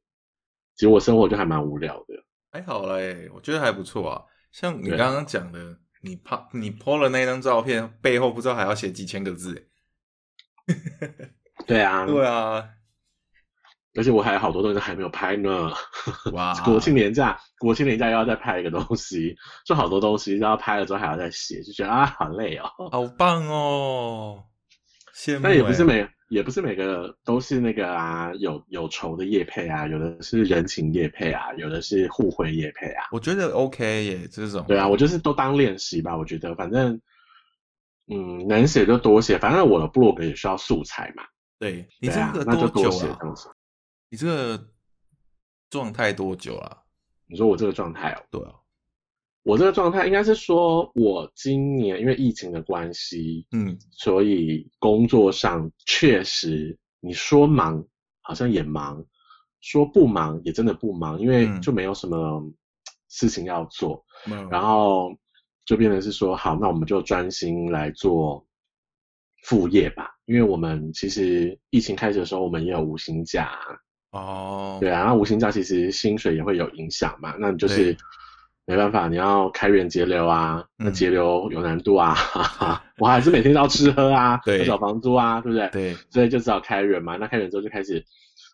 Speaker 2: 其实我生活就还蛮无聊的。
Speaker 1: 还好嘞，我觉得还不错啊。像你
Speaker 2: 对啊
Speaker 1: 刚刚讲的，你拍你 PO 了那张照片，背后不知道还要写几千个字耶。
Speaker 2: 对啊，
Speaker 1: 对啊，
Speaker 2: 而且我还有好多东西还没有拍呢。
Speaker 1: 哇
Speaker 2: <laughs> ，国庆年假，国庆年假又要再拍一个东西，就好多东西要拍了之后还要再写，就觉得啊好累哦。
Speaker 1: 好棒哦，羡慕欸。
Speaker 2: 但也不是每也不是每个都是那个啊，有有仇的叶配啊，有的是人情叶配啊，有的是互惠叶配啊。
Speaker 1: 我觉得 OK 耶，这种
Speaker 2: 对啊，我就是都当练习吧，我觉得反正，嗯，能写就多写，反正我的 blog 也需要素材嘛。
Speaker 1: 对你
Speaker 2: 对
Speaker 1: 这
Speaker 2: 啊，
Speaker 1: 个
Speaker 2: 那就
Speaker 1: 久
Speaker 2: 写
Speaker 1: 了
Speaker 2: 这？样子。
Speaker 1: 你这个状态多久了？
Speaker 2: 你说我这个状态哦，
Speaker 1: 对啊，
Speaker 2: 我这个状态应该是说，我今年因为疫情的关系，
Speaker 1: 嗯，
Speaker 2: 所以工作上确实，你说忙好像也忙，说不忙也真的不忙，因为
Speaker 1: 嗯
Speaker 2: 就没有什么事情要做，
Speaker 1: 没有
Speaker 2: 然后就变成是说，好，那我们就专心来做副业吧，因为我们其实疫情开始的时候，我们也有无薪假啊、
Speaker 1: 哦，
Speaker 2: 对啊，然后无薪假其实薪水也会有影响嘛，那你就是
Speaker 1: 对
Speaker 2: 没办法，你要开源节流啊，那
Speaker 1: 嗯
Speaker 2: 节流有难度啊，我还是每天都要吃喝啊，
Speaker 1: 对
Speaker 2: 要找房租啊，对不对？
Speaker 1: 对，
Speaker 2: 所以就只好开源嘛。那开源之后就开始，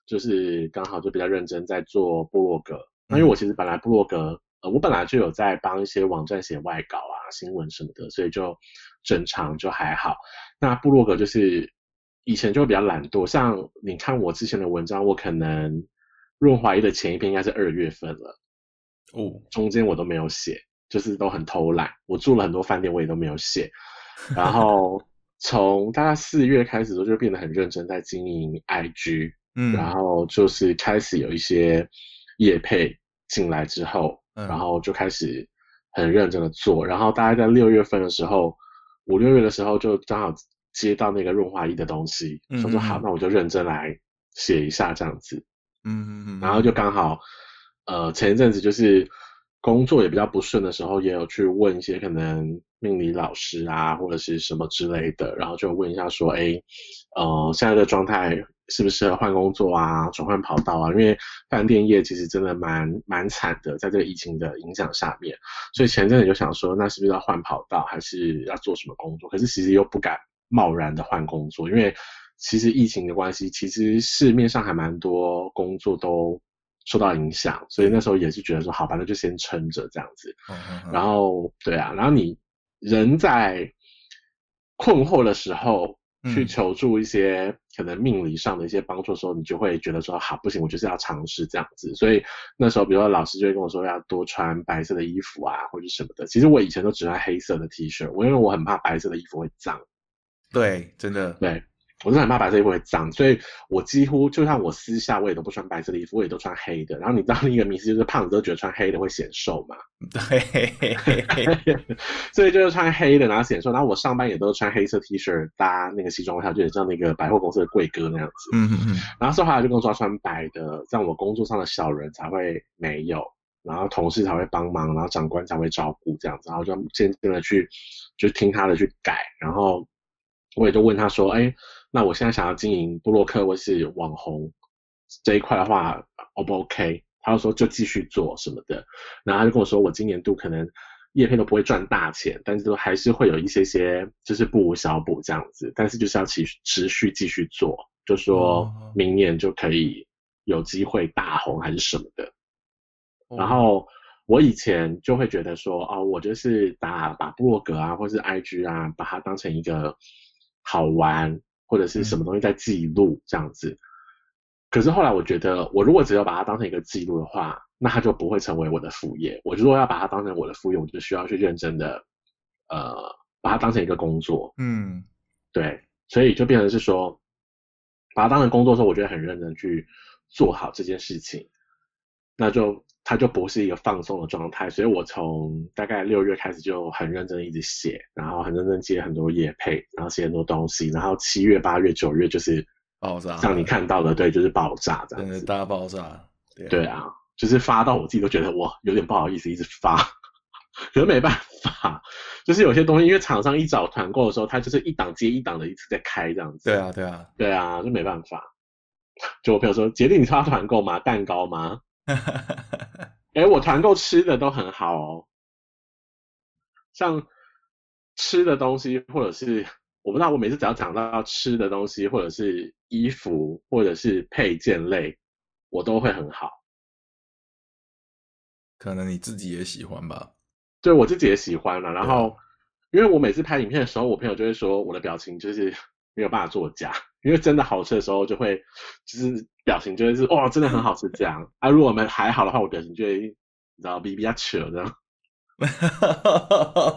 Speaker 2: 就是刚好就比较认真在做部落格。那因为我其实本来部落格，呃，我本来就有在帮一些网站写外稿啊，新闻什么的，所以就正常就还好。那部落格就是以前就比较懒惰，像你看我之前的文章，我可能润滑液的前一篇应该是二月份了，
Speaker 1: 哦，
Speaker 2: 中间我都没有写，就是都很偷懒。我住了很多饭店，我也都没
Speaker 1: <laughs>
Speaker 2: 有写。然后从大概四月开始，我就变得很认真在经营 IG，
Speaker 1: 嗯，
Speaker 2: 然后就是开始有一些业配进来之后，
Speaker 1: 嗯
Speaker 2: 然后就开始很认真的做，然后大概在六月份的时候，五六月的时候就刚好接到那个润滑液的东西，
Speaker 1: 嗯
Speaker 2: 想说
Speaker 1: 嗯
Speaker 2: 好
Speaker 1: 嗯，
Speaker 2: 那我就认真来写一下这样子，
Speaker 1: 嗯，嗯嗯
Speaker 2: 然后就刚好，呃，前一阵子就是工作也比较不顺的时候，也有去问一些可能命理老师啊，或者是什么之类的，然后就问一下说，哎，呃，现在的状态适不适合换工作啊，转换跑道啊？因为饭店业其实真的蛮蛮惨的，在这个疫情的影响下面，所以前一阵子就想说，那是不是要换跑道，还是要做什么工作？可是其实又不敢贸然的换工作，因为其实疫情的关系，其实市面上还蛮多工作都受到影响，所以那时候也是觉得说，好吧，那就先撑着这样子。
Speaker 1: 嗯嗯嗯
Speaker 2: 然后对啊，然后你人在困惑的时候
Speaker 1: 嗯
Speaker 2: 去求助一些可能命理上的一些帮助的时候，你就会觉得说，好，不行，我就是要尝试这样子。所以那时候，比如说老师就会跟我说要多穿白色的衣服啊，或者什么的。其实我以前都只穿黑色的 T 恤，我因为我很怕白色的衣服会脏。
Speaker 1: 对，真
Speaker 2: <laughs>
Speaker 1: 的，
Speaker 2: 对，我真的很怕白色衣服会脏，所以我几乎就算我私下我也都不穿白色的衣服，我也都穿黑的。然后你知道另一个迷思就是胖子都觉得穿黑的会显瘦嘛，
Speaker 1: 对，
Speaker 2: 所以就是穿黑的然后显瘦。然后我上班也都穿黑色 T 恤搭那个西装外套，就很像那个百货公司的贵哥那样子。
Speaker 1: 嗯嗯嗯，
Speaker 2: 然后是后来就跟我说要穿白的，这样我工作上的小人才会没有，然后同事才会帮忙，然后长官才会照顾这样子，然后就渐渐的去就听他的去改，然后我也就问他说，哎，那我现在想要经营布洛克或是网红这一块的话，O 不 OK？他就说就继续做什么的，然后他就跟我说，我今年度可能业配都不会赚大钱，但是都还是会有一些些就是不无小补这样子，但是就是要持续持续继续做，就说
Speaker 1: 哦
Speaker 2: 明年就可以有机会大红还是什么的。
Speaker 1: 哦
Speaker 2: 然后我以前就会觉得说，哦，我就是打把部落格啊，或是 IG 啊，把它当成一个好玩或者是什么东西在记录这样子。可是后来我觉得，我如果只有把它当成一个记录的话，那它就不会成为我的副业。我如果要把它当成我的副业，我就需要去认真的，呃，把它当成一个工作。
Speaker 1: 嗯
Speaker 2: 对，所以就变成是说，把它当成工作的时候，我觉得很认真去做好这件事情，那就它就不是一个放松的状态。所以我从大概六月开始就很认真地一直写，然后很认真接很多业配，然后写很多东西，然后七月、八月、九月就是
Speaker 1: 爆炸
Speaker 2: 像你看到的，对，就是爆炸这
Speaker 1: 真
Speaker 2: 样
Speaker 1: 的
Speaker 2: 子。
Speaker 1: 大爆炸，对
Speaker 2: 对啊，就是发到我自己都觉得我有点不好意思一直发， <laughs> 可是没办法，就是有些东西因为厂商一找团购的时候，他就是一档接一档的一直在开这样子。
Speaker 1: 对啊对啊， <laughs>
Speaker 2: 对啊，就没办法。就我朋友说，杰弟，你刷团购吗？蛋糕吗？哎，我团购吃的都很好哦，像吃的东西，或者是我不知道，我每次只要讲到吃的东西，或者是衣服，或者是配件类，我都会很好。
Speaker 1: 可能你自己也喜欢吧， <laughs>
Speaker 2: 对我自己也喜欢了、然后，因为我每次拍影片的时候，我朋友就会说我的表情就是没有办法作假，因为真的好吃的时候就会就是表情就会是哦，真的很好吃这样。啊，如果我们还好的话，我表情就会你知道比比较扯这样，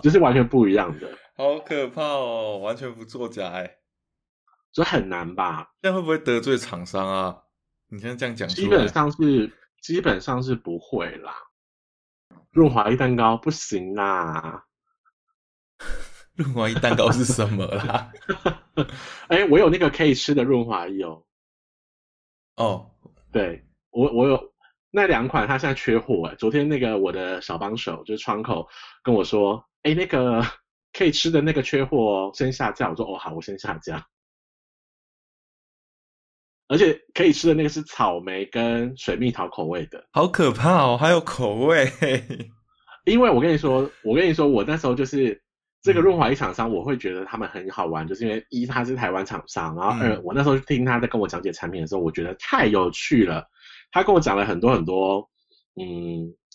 Speaker 2: 就是完全不一样的，
Speaker 1: 好可怕哦，完全不作假哎，
Speaker 2: 就很难吧。
Speaker 1: 这样会不会得罪厂商啊？你现在这样讲出
Speaker 2: 基
Speaker 1: 来，
Speaker 2: 本上是基本上是不会啦。润滑液蛋糕不行啦， <laughs>
Speaker 1: 润滑液蛋糕是什么
Speaker 2: <laughs>
Speaker 1: 啦？
Speaker 2: 哎，我有那个可以吃的润滑液哦。
Speaker 1: 哦，
Speaker 2: 对我我有那两款，它现在缺货哎。昨天那个我的小帮手就是窗口跟我说，哎，那个可以吃的那个缺货哦，先下架。我说哦好，我先下架。而且可以吃的那个是草莓跟水蜜桃口味的，
Speaker 1: 好可怕哦，还有口味，
Speaker 2: 因为我跟你说，我跟你说，我那时候就是这
Speaker 1: 嗯
Speaker 2: 个润滑液厂商，我会觉得他们很好玩，就是因为一它是台湾厂商，然后二、
Speaker 1: 嗯
Speaker 2: 我那时候听他在跟我讲解产品的时候，我觉得太有趣了。他跟我讲了很多很多，嗯，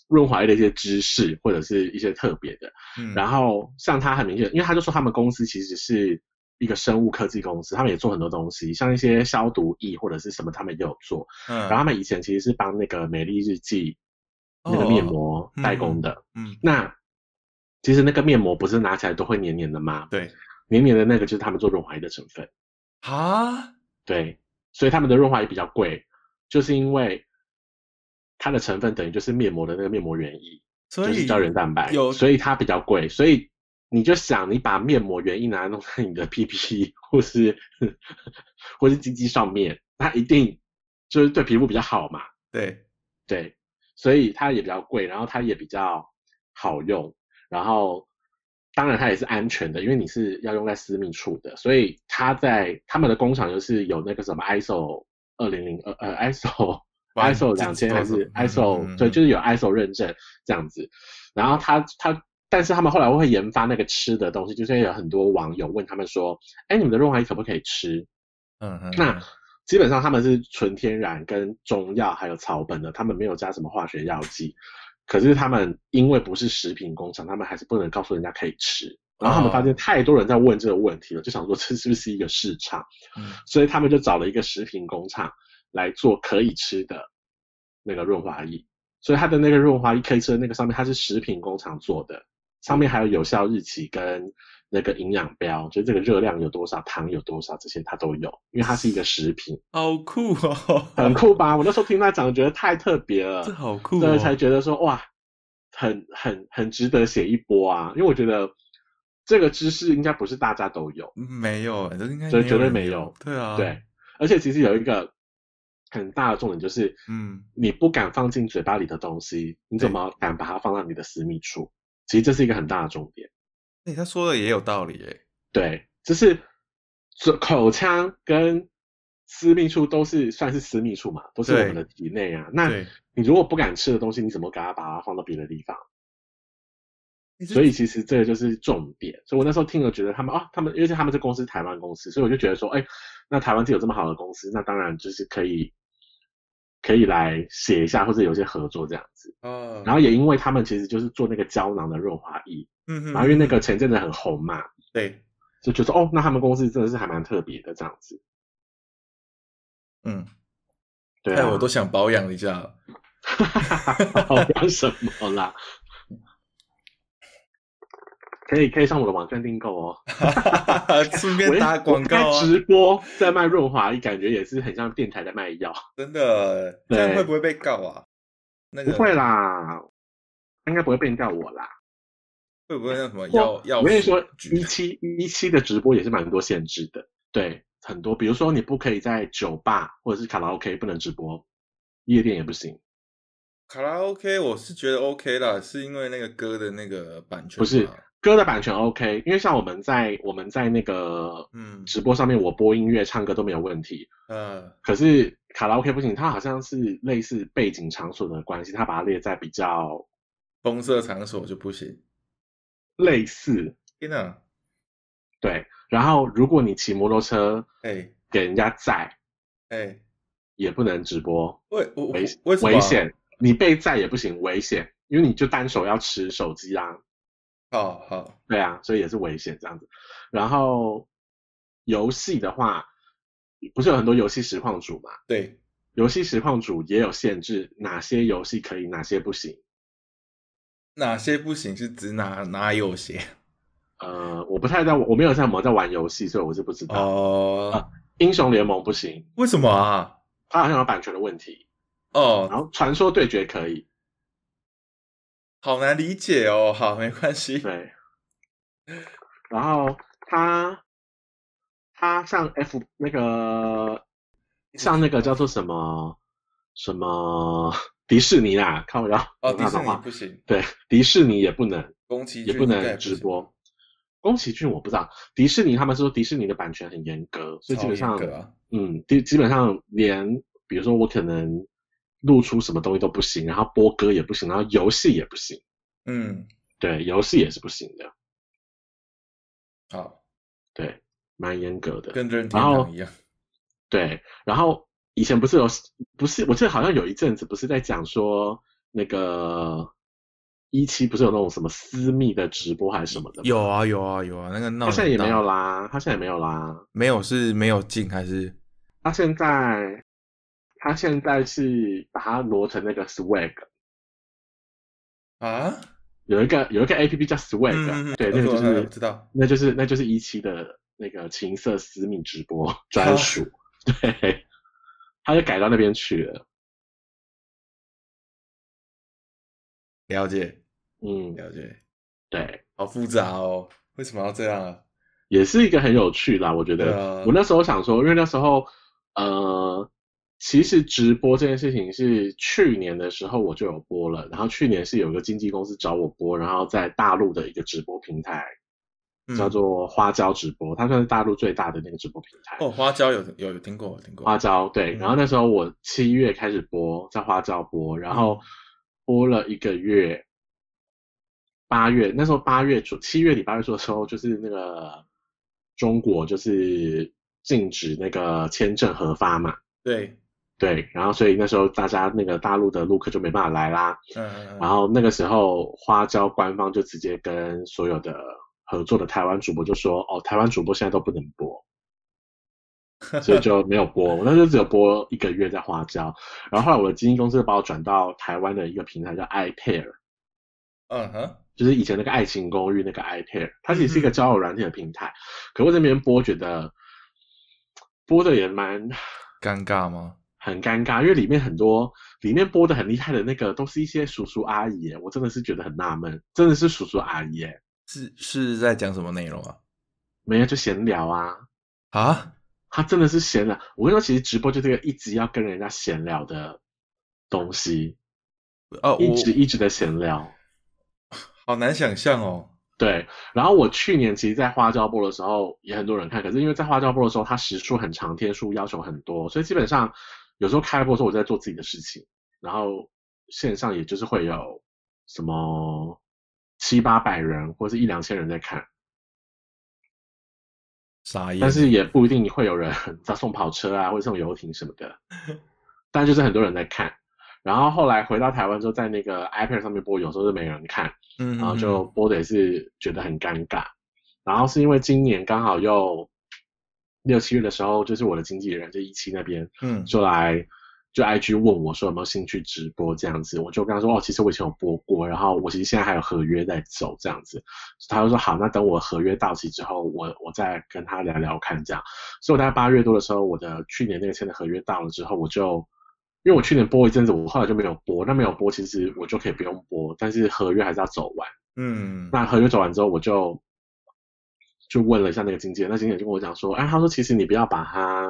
Speaker 2: 润滑液的一些知识或者是一些特别的。
Speaker 1: 嗯
Speaker 2: 然后像他很明显，因为他就说他们公司其实是一个生物科技公司，他们也做很多东西，像一些消毒液或者是什么，他们也有做。
Speaker 1: 嗯，
Speaker 2: 然后他们以前其实是帮那个美丽日记那个面膜代工的。
Speaker 1: 哦嗯
Speaker 2: 那其实那个面膜不是拿起来都会黏黏的吗？
Speaker 3: 对，
Speaker 2: 黏黏的那个就是他们做润滑液的成分。
Speaker 1: 啊，
Speaker 2: 对，所以他们的润滑液比较贵，就是因为它的成分等于就是面膜的那个面膜原液。
Speaker 1: 所
Speaker 2: 就是
Speaker 1: 以
Speaker 2: 胶原蛋白，
Speaker 1: 有
Speaker 2: 所以它比较贵，所以你就想你把面膜原液拿来弄在你的 <laughs> 屁屁或是 <laughs> 或是鸡鸡上面，它一定就是对皮肤比较好嘛，
Speaker 3: 对，
Speaker 2: 对，所以它也比较贵，然后它也比较好用，然后当然它也是安全的，因为你是要用在私密处的，所以它在他们的工厂就是有那个什么 ISO 二零零二呃 ISO
Speaker 1: <laughs> 哇
Speaker 2: ISO
Speaker 1: 这
Speaker 2: 两千还是
Speaker 1: 嗯
Speaker 2: ISO，、
Speaker 1: 嗯嗯
Speaker 2: 对，就是有 ISO 认证这样子。然后他他，但是他们后来会研发那个吃的东西，就是有很多网友问他们说，哎，你们的润滑液可不可以吃？
Speaker 1: 嗯嗯，
Speaker 2: 那基本上他们是纯天然跟中药还有草本的，他们没有加什么化学药剂。可是他们因为不是食品工厂，他们还是不能告诉人家可以吃。然后他们发现太多人在问这个问题了，就想说这是不是一个市场？
Speaker 1: 嗯
Speaker 2: 所以他们就找了一个食品工厂来做可以吃的那个润滑液。所以它的那个润滑液可以吃的那个上面，它是食品工厂做的，上面还有有效日期跟那个营养标，就是这个热量有多少、糖有多少这些它都有，因为它是一个食品，
Speaker 1: 好酷哦，
Speaker 2: <laughs> 很酷吧？我那时候听他讲，觉得太特别了，
Speaker 1: 这好酷
Speaker 2: 所
Speaker 1: 哦，
Speaker 2: 以才觉得说哇，很很很值得写一波啊！因为我觉得这个知识应该不是大家都有。
Speaker 1: 没有，这应该
Speaker 2: 所以
Speaker 1: 没有
Speaker 2: 绝对
Speaker 1: 人
Speaker 2: 没有
Speaker 1: 对啊，
Speaker 2: 对，，而且其实有一个很大的重点就是，
Speaker 1: 嗯，
Speaker 2: 你不敢放进嘴巴里的东西，你怎么敢把它放到你的私密处？其实这是一个很大的重点。
Speaker 1: 哎，他说的也有道理哎，
Speaker 2: 对，就是嘴口腔跟私密处都是算是私密处嘛，都是我
Speaker 1: 对
Speaker 2: 们的体内啊。那
Speaker 1: 对，
Speaker 2: 你如果不敢吃的东西，你怎么敢把它放到别的地方？
Speaker 1: 诶这
Speaker 2: 所以其实这个就是重点。所以我那时候听了，觉得他们啊，他们而且他们这公司是台湾公司，所以我就觉得说，哎，那台湾就有这么好的公司，那当然就是可以可以来写一下，或者有一些合作这样子。
Speaker 1: 啊
Speaker 3: 哦，
Speaker 2: 然后也因为他们其实就是做那个胶囊的润滑液，
Speaker 1: 嗯哼，
Speaker 2: 然后因为那个前阵子很红嘛，
Speaker 3: 对，
Speaker 2: 就觉得哦，那他们公司真的是还蛮特别的这样子。
Speaker 1: 嗯，
Speaker 2: 对
Speaker 1: 害
Speaker 2: 啊，
Speaker 1: 哎我都想保养一
Speaker 2: <laughs>
Speaker 1: 下了，
Speaker 2: 好讲什么啦？ <laughs> 可以可以上我的网站订购哦。
Speaker 1: 顺便打广告
Speaker 2: 我
Speaker 1: 啊
Speaker 2: 开，直播在卖润滑液，感觉也是很像电台在卖药。
Speaker 1: 真的，这
Speaker 2: 对
Speaker 1: 样会不会被告啊？那
Speaker 2: 不
Speaker 1: 个
Speaker 2: 会啦，应该不会变掉我啦。
Speaker 1: 会不会那什么药药？
Speaker 2: 我跟你说，
Speaker 1: 局
Speaker 2: 一期一期的直播也是蛮多限制的，对，很多，比如说你不可以在酒吧或者是卡拉 OK 不能直播，夜店也不行，
Speaker 1: 卡拉 OK，我是觉得 OK 啦，是因为那个歌的那个版权
Speaker 2: 不是
Speaker 1: 嘛
Speaker 2: 歌的版权 OK，因为像我们在我们在那个
Speaker 1: 嗯
Speaker 2: 直播上面，我播音乐、唱歌都没有问题，
Speaker 1: 呃，
Speaker 2: 可是卡拉 OK 不行，它好像是类似背景场所的关系，它把它列在比较
Speaker 1: 红色场所就不行。
Speaker 2: 类似
Speaker 1: 天哪，
Speaker 2: 对，然后如果你骑摩托车
Speaker 1: 哎
Speaker 2: 给人家载，
Speaker 1: 哎，
Speaker 2: 也不能直播，
Speaker 1: 为我我
Speaker 2: 危
Speaker 1: 为什么
Speaker 2: 危险，你被载也不行，危险，因为你就单手要持手机啊，
Speaker 1: 好好，
Speaker 2: 对啊，所以也是危险这样子。然后游戏的话，不是有很多游戏实况主嘛？
Speaker 1: 对，
Speaker 2: 游戏实况主也有限制，哪些游戏可以，哪些不行。
Speaker 1: 哪些不行是指哪哪有些
Speaker 2: 呃，我不太在，我没有在我在玩游戏，所以我是不知道。
Speaker 1: 哦
Speaker 2: 啊？英雄联盟不行，
Speaker 1: 为什么啊？
Speaker 2: 它好像有版权的问题。然
Speaker 1: 哦，
Speaker 2: 后传说对决可以，
Speaker 1: 好难理解哦。好，没关系。
Speaker 2: 对，然后他他像 F 那个像那个叫做什么什么迪士尼啦，看我要
Speaker 1: <laughs> 哦，
Speaker 2: 我
Speaker 1: 迪
Speaker 2: 那
Speaker 1: 士
Speaker 2: 种
Speaker 1: 尼
Speaker 2: 话
Speaker 1: 不行，
Speaker 2: 对迪士尼也不能
Speaker 1: 宫崎
Speaker 2: 也
Speaker 1: 骏
Speaker 2: 不
Speaker 1: 应该
Speaker 2: 能直
Speaker 1: 行
Speaker 2: 播。宫崎骏我不知道，迪士尼他们说迪士尼的版权很严格，所以基本
Speaker 1: 超
Speaker 2: 上
Speaker 1: 严格啊
Speaker 2: 嗯，基基本上连比如说我可能露出什么东西都不行，然后播歌也不行，然后游戏也不行，
Speaker 1: 嗯，
Speaker 2: 对，游戏也是不行的。
Speaker 1: 好，
Speaker 2: 对，蛮严格的。
Speaker 1: 跟任天
Speaker 2: 然后
Speaker 1: 堂一样。
Speaker 2: 对，然后以前不是有，不是，我记得好像有一阵子不是在讲说那个一期不是有那种什么私密的直播还是什么的吗？
Speaker 1: 有啊有啊有啊，那个闹
Speaker 2: 他
Speaker 1: 得
Speaker 2: 现在也
Speaker 1: 很大
Speaker 2: 没有啦，他现在也没有啦。
Speaker 1: 没有是没有进还是
Speaker 2: 他现在他现在是把它挪成那个 Swag，
Speaker 3: 啊？
Speaker 2: 有一个有一个 A P P 叫 Swag，、啊
Speaker 1: 嗯嗯嗯
Speaker 2: 对，
Speaker 3: 我
Speaker 2: 那个就
Speaker 3: 知道我
Speaker 2: 是
Speaker 3: 知道，
Speaker 2: 那就是那就是一期的那个情色私密直播专属，对，他就改到那边去了。
Speaker 1: 了解
Speaker 2: 嗯，
Speaker 3: 了解，
Speaker 2: 对，
Speaker 3: 好复杂哦，为什么要这样啊？
Speaker 2: 也是一个很有趣啦，我觉
Speaker 3: 对
Speaker 2: 得。
Speaker 3: 啊
Speaker 2: 我那时候想说，因为那时候呃，其实直播这件事情是去年的时候我就有播了，然后去年是有一个经纪公司找我播，然后在大陆的一个直播平台。
Speaker 1: 嗯
Speaker 2: 叫做花椒直播，它算是大陆最大的那个直播平台。
Speaker 3: 哦，花椒有有有听过，有听过
Speaker 2: 花椒对，
Speaker 3: 嗯
Speaker 2: 然后那时候我七月开始播，在花椒播，然后播了一个月，八月那时候八月初，七月底八月初的时候，就是那个中国就是禁止那个签证核发嘛，
Speaker 3: 对，
Speaker 2: 对，然后所以那时候大家那个大陆的陆客就没办法来啦，
Speaker 3: 嗯嗯
Speaker 2: 然
Speaker 3: 嗯，
Speaker 2: 后那个时候，花椒官方就直接跟所有的合作的台湾主播就说：“哦，台湾主播现在都不能播，所以就没有播。我那时候只有播一个月在花椒。然后后来我的经纪公司把我转到台湾的一个平台叫 iPair，
Speaker 3: 嗯哼，
Speaker 2: 就是以前那个《爱情公寓》那个 iPair，它其实是一个交友软件的平台。可我这边播觉得播的也蛮
Speaker 1: 尴尬吗？
Speaker 2: 很尴尬，因为里面很多里面播的很厉害的那个都是一些叔叔阿姨耶，我真的是觉得很纳闷，真的是叔叔阿姨耶。
Speaker 1: 是是在讲什么内容啊？
Speaker 2: 没有就闲聊啊，
Speaker 1: 啊，
Speaker 2: 他真的是闲聊。我跟你说，其实直播就是一个一直要跟人家闲聊的东西，
Speaker 1: 哦，
Speaker 2: 一
Speaker 1: 我
Speaker 2: 直一直的闲聊。
Speaker 1: 好难想象哦。
Speaker 2: 对，然后我去年其实，在花椒播的时候也很多人看，可是因为在花椒播的时候，它时数很长，天数要求很多，所以基本上有时候开播的时候我在做自己的事情，然后线上也就是会有什么七八百人或是一两千人在看，
Speaker 1: 傻眼，
Speaker 2: 但是也不一定会有人 <laughs> 在送跑车啊，或者送游艇什么的，但就是很多人在看。然后后来回到台湾之后，在那个 iPad 上面播，有时候就没人看，
Speaker 1: 嗯，嗯
Speaker 2: 然后就播的也是觉得很尴尬。然后是因为今年刚好又六七月的时候，就是我的经纪人就一期那边
Speaker 1: 嗯
Speaker 2: 就来就 IG 问我说有没有兴趣直播这样子，我就跟他说哦，其实我以前有播过，然后我其实现在还有合约在走这样子，他就说好，那等我合约到期之后，我我再跟他聊聊看这样。所以我大概八月多的时候，我的去年那个签的合约到了之后，我就。因为我去年播一阵子，我后来就没有播。那没有播，其实我就可以不用播，但是合约还是要走完。
Speaker 1: 嗯，
Speaker 2: 那合约走完之后，我就就问了一下那个经纪人，那经纪人就跟我讲说，哎，他说其实你不要把它，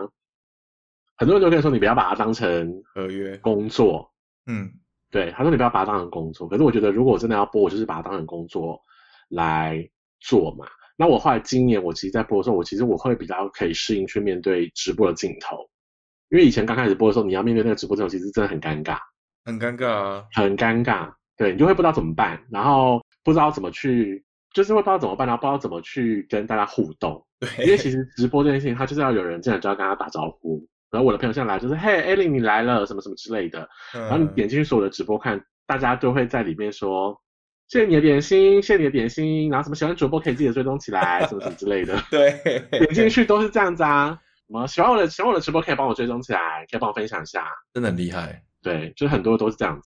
Speaker 2: 很多人都跟你说你不要把它当成
Speaker 1: 合约，
Speaker 2: 工作，
Speaker 1: 嗯
Speaker 2: 对，他说你不要把它当成工作。可是我觉得如果我真的要播，我就是把它当成工作来做嘛。那我后来今年我其实在播的时候，我其实我会比较可以适应去面对直播的镜头，因为以前刚开始播的时候，你要面对那个直播镜头，其实真的很尴尬。
Speaker 1: 很尴尬啊。
Speaker 2: 很尴尬，对你就会不知道怎么办，然后不知道怎么去，就是会不知道怎么办，然后不知道怎么去跟大家互动，因
Speaker 3: 对，
Speaker 2: 为其实直播这件事情，它就是要有人进来就要跟他打招呼。然后我的朋友现在来就是，嘿，艾琳你来了，什么什么之类的。
Speaker 1: 嗯
Speaker 2: 然后你点进去所有的直播看，大家都会在里面说，谢谢你的点心，谢谢你的点心，然后什么喜欢主播可以记得追踪起来，什么什么之类的。
Speaker 3: 对，
Speaker 2: 点进去都是这样子啊，什么喜欢我的喜欢我的直播可以帮我追踪起来，可以帮我分享一下。
Speaker 1: 真的很厉害，
Speaker 2: 对，就是很多都是这样子。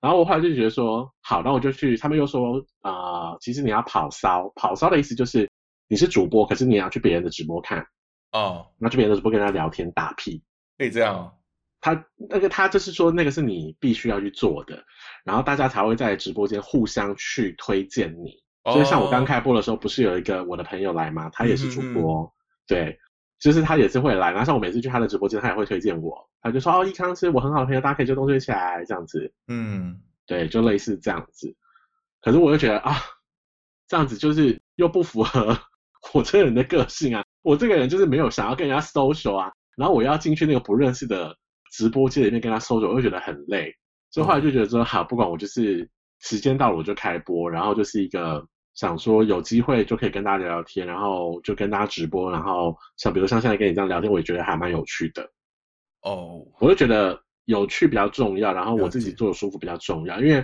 Speaker 2: 然后我后来就觉得说，好，那我就去。他们又说，啊，其实你要跑骚，跑骚的意思就是你是主播，可是你要去别人的直播看，
Speaker 3: 哦，
Speaker 2: 然后去别人的直播跟他聊天打屁。
Speaker 3: 可以这样哦，
Speaker 2: 他那个他就是说，那个是你必须要去做的，然后大家才会在直播间互相去推荐你。
Speaker 1: 哦
Speaker 2: 所以像我刚开播的时候，不是有一个我的朋友来嘛，他也是主播，对，就是他也是会来。然后像我每次去他的直播间，他也会推荐我，他就说哦，一康是我很好的朋友，大家可以追踪追起来这样子，
Speaker 1: 嗯，
Speaker 2: 对，就类似这样子。可是我又觉得啊，这样子就是又不符合我这个人的个性啊，我这个人就是没有想要跟人家 social 啊，然后我要进去那个不认识的直播间里面跟他 social，我又觉得很累，所以后来就觉得说好，不管我就是时间到了我就开播，然后就是一个。想说有机会就可以跟大家聊聊天，然后就跟大家直播，然后像比如像现在跟你这样聊天，我也觉得还蛮有趣的。
Speaker 1: 哦，
Speaker 2: 我就觉得有趣比较重要，然后我自
Speaker 1: 了
Speaker 2: 己
Speaker 1: 解
Speaker 2: 做的舒服比较重要，因为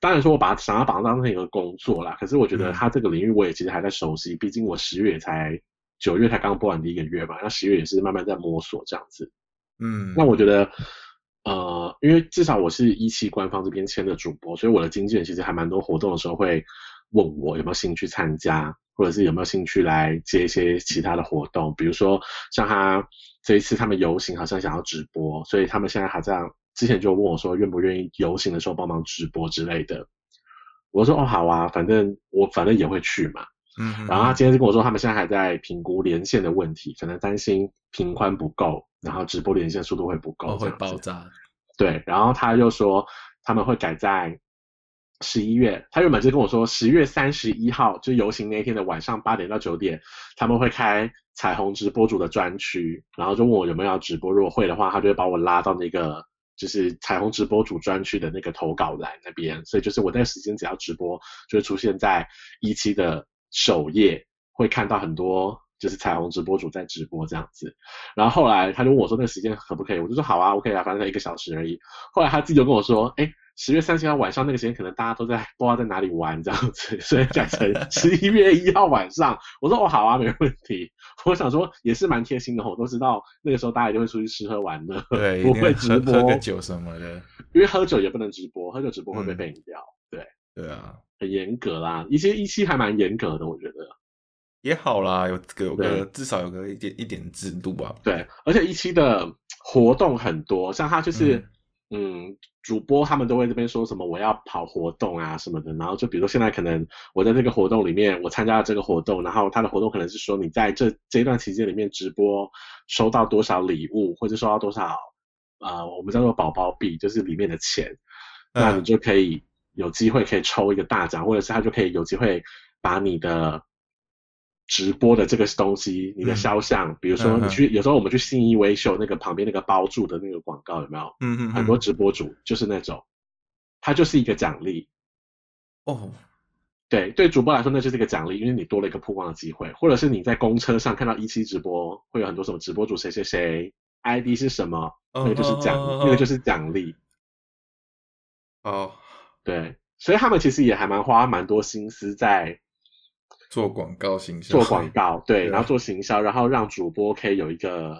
Speaker 2: 当然说，我把想要把它当成一个工作啦。可是我觉
Speaker 1: 嗯
Speaker 2: 得它这个领域我也其实还在熟悉，毕竟我十月也才九月才刚播完第一个月嘛，那十月也是慢慢在摸索这样子。
Speaker 1: 嗯，
Speaker 2: 那我觉得，呃，因为至少我是一期官方这边签的主播，所以我的经纪人其实还蛮多活动的时候会问我有没有兴趣参加，或者是有没有兴趣来接一些其他的活动，比如说像他这一次他们游行好像想要直播，所以他们现在还在之前就问我说愿不愿意游行的时候帮忙直播之类的。我说哦好啊，反正我反正也会去嘛。
Speaker 1: 嗯哼，
Speaker 2: 然后他今天就跟我说，他们现在还在评估连线的问题，可能担心频宽不够，然后直播连线速度会不够，
Speaker 1: 哦会
Speaker 2: 这样
Speaker 1: 爆
Speaker 2: 子。
Speaker 1: 炸，
Speaker 2: 对，然后他又说他们会改在十一月，他原本就跟我说十月三十一号，就游行那一天的晚上八点到九点，他们会开彩虹直播主的专区，然后就问我有没有要直播，如果会的话，他就会把我拉到那个。就是彩虹直播主专区的那个投稿栏那边，所以就是我那个时间只要直播，就会出现在一期的首页，会看到很多就是彩虹直播主在直播这样子。然后后来他就问我说那个时间可不可以，我就说好啊，OK 啊，反正才一个小时而已。后来他自己就跟我说，哎，十月三十号晚上那个时间可能大家都在不知道在哪里玩这样子，所以改成十一月一号晚上。我说哦好啊，没问题。我想说也是蛮贴心的，我都知道那个时候大家就会出去吃喝玩乐，
Speaker 1: 对，
Speaker 2: 不
Speaker 1: 一定
Speaker 2: 会
Speaker 1: 喝
Speaker 2: 直播
Speaker 1: 喝个酒什么的，
Speaker 2: 因为喝酒也不能直播，喝酒直播会被
Speaker 1: 嗯
Speaker 2: 被你掉，
Speaker 1: 对啊，
Speaker 2: 很严格啦。一些一期还蛮严格的，我觉得。
Speaker 1: 也好啦，有个有
Speaker 2: 对
Speaker 1: 个至少有个一点一点制度吧，
Speaker 2: 对，而且一期的活动很多，像他就是，嗯主播他们都会这边说什么我要跑活动啊什么的，然后就比如说现在可能我在这个活动里面，我参加了这个活动，然后他的活动可能是说你在这这一段期间里面直播收到多少礼物，或者收到多少，呃，我们叫做宝宝币，就是里面的钱，
Speaker 1: 嗯
Speaker 2: 那你就可以有机会可以抽一个大奖，或者是他就可以有机会把你的直播的这个东西，你的
Speaker 1: 嗯
Speaker 2: 肖像，比如说
Speaker 1: 嗯
Speaker 2: 你
Speaker 1: 嗯
Speaker 2: 去，有时候我们去信义威秀那个旁边那个包住的那个广告有没有？
Speaker 1: 嗯哼，
Speaker 2: 很多直播主就是那种，它就是一个奖励。
Speaker 1: 哦，
Speaker 2: 对，对主播来说那就是一个奖励，因为你多了一个曝光的机会，或者是你在公车上看到一期直播，会有很多什么直播主谁谁谁，ID 是什么，那个就是奖，
Speaker 1: 哦
Speaker 2: 那个就是奖励。
Speaker 1: 哦，
Speaker 2: 对，所以他们其实也还蛮花蛮多心思在
Speaker 1: 做广告形象，
Speaker 2: 做广告，对，
Speaker 1: 对
Speaker 2: 然后做行销，然后让主播可以有一个，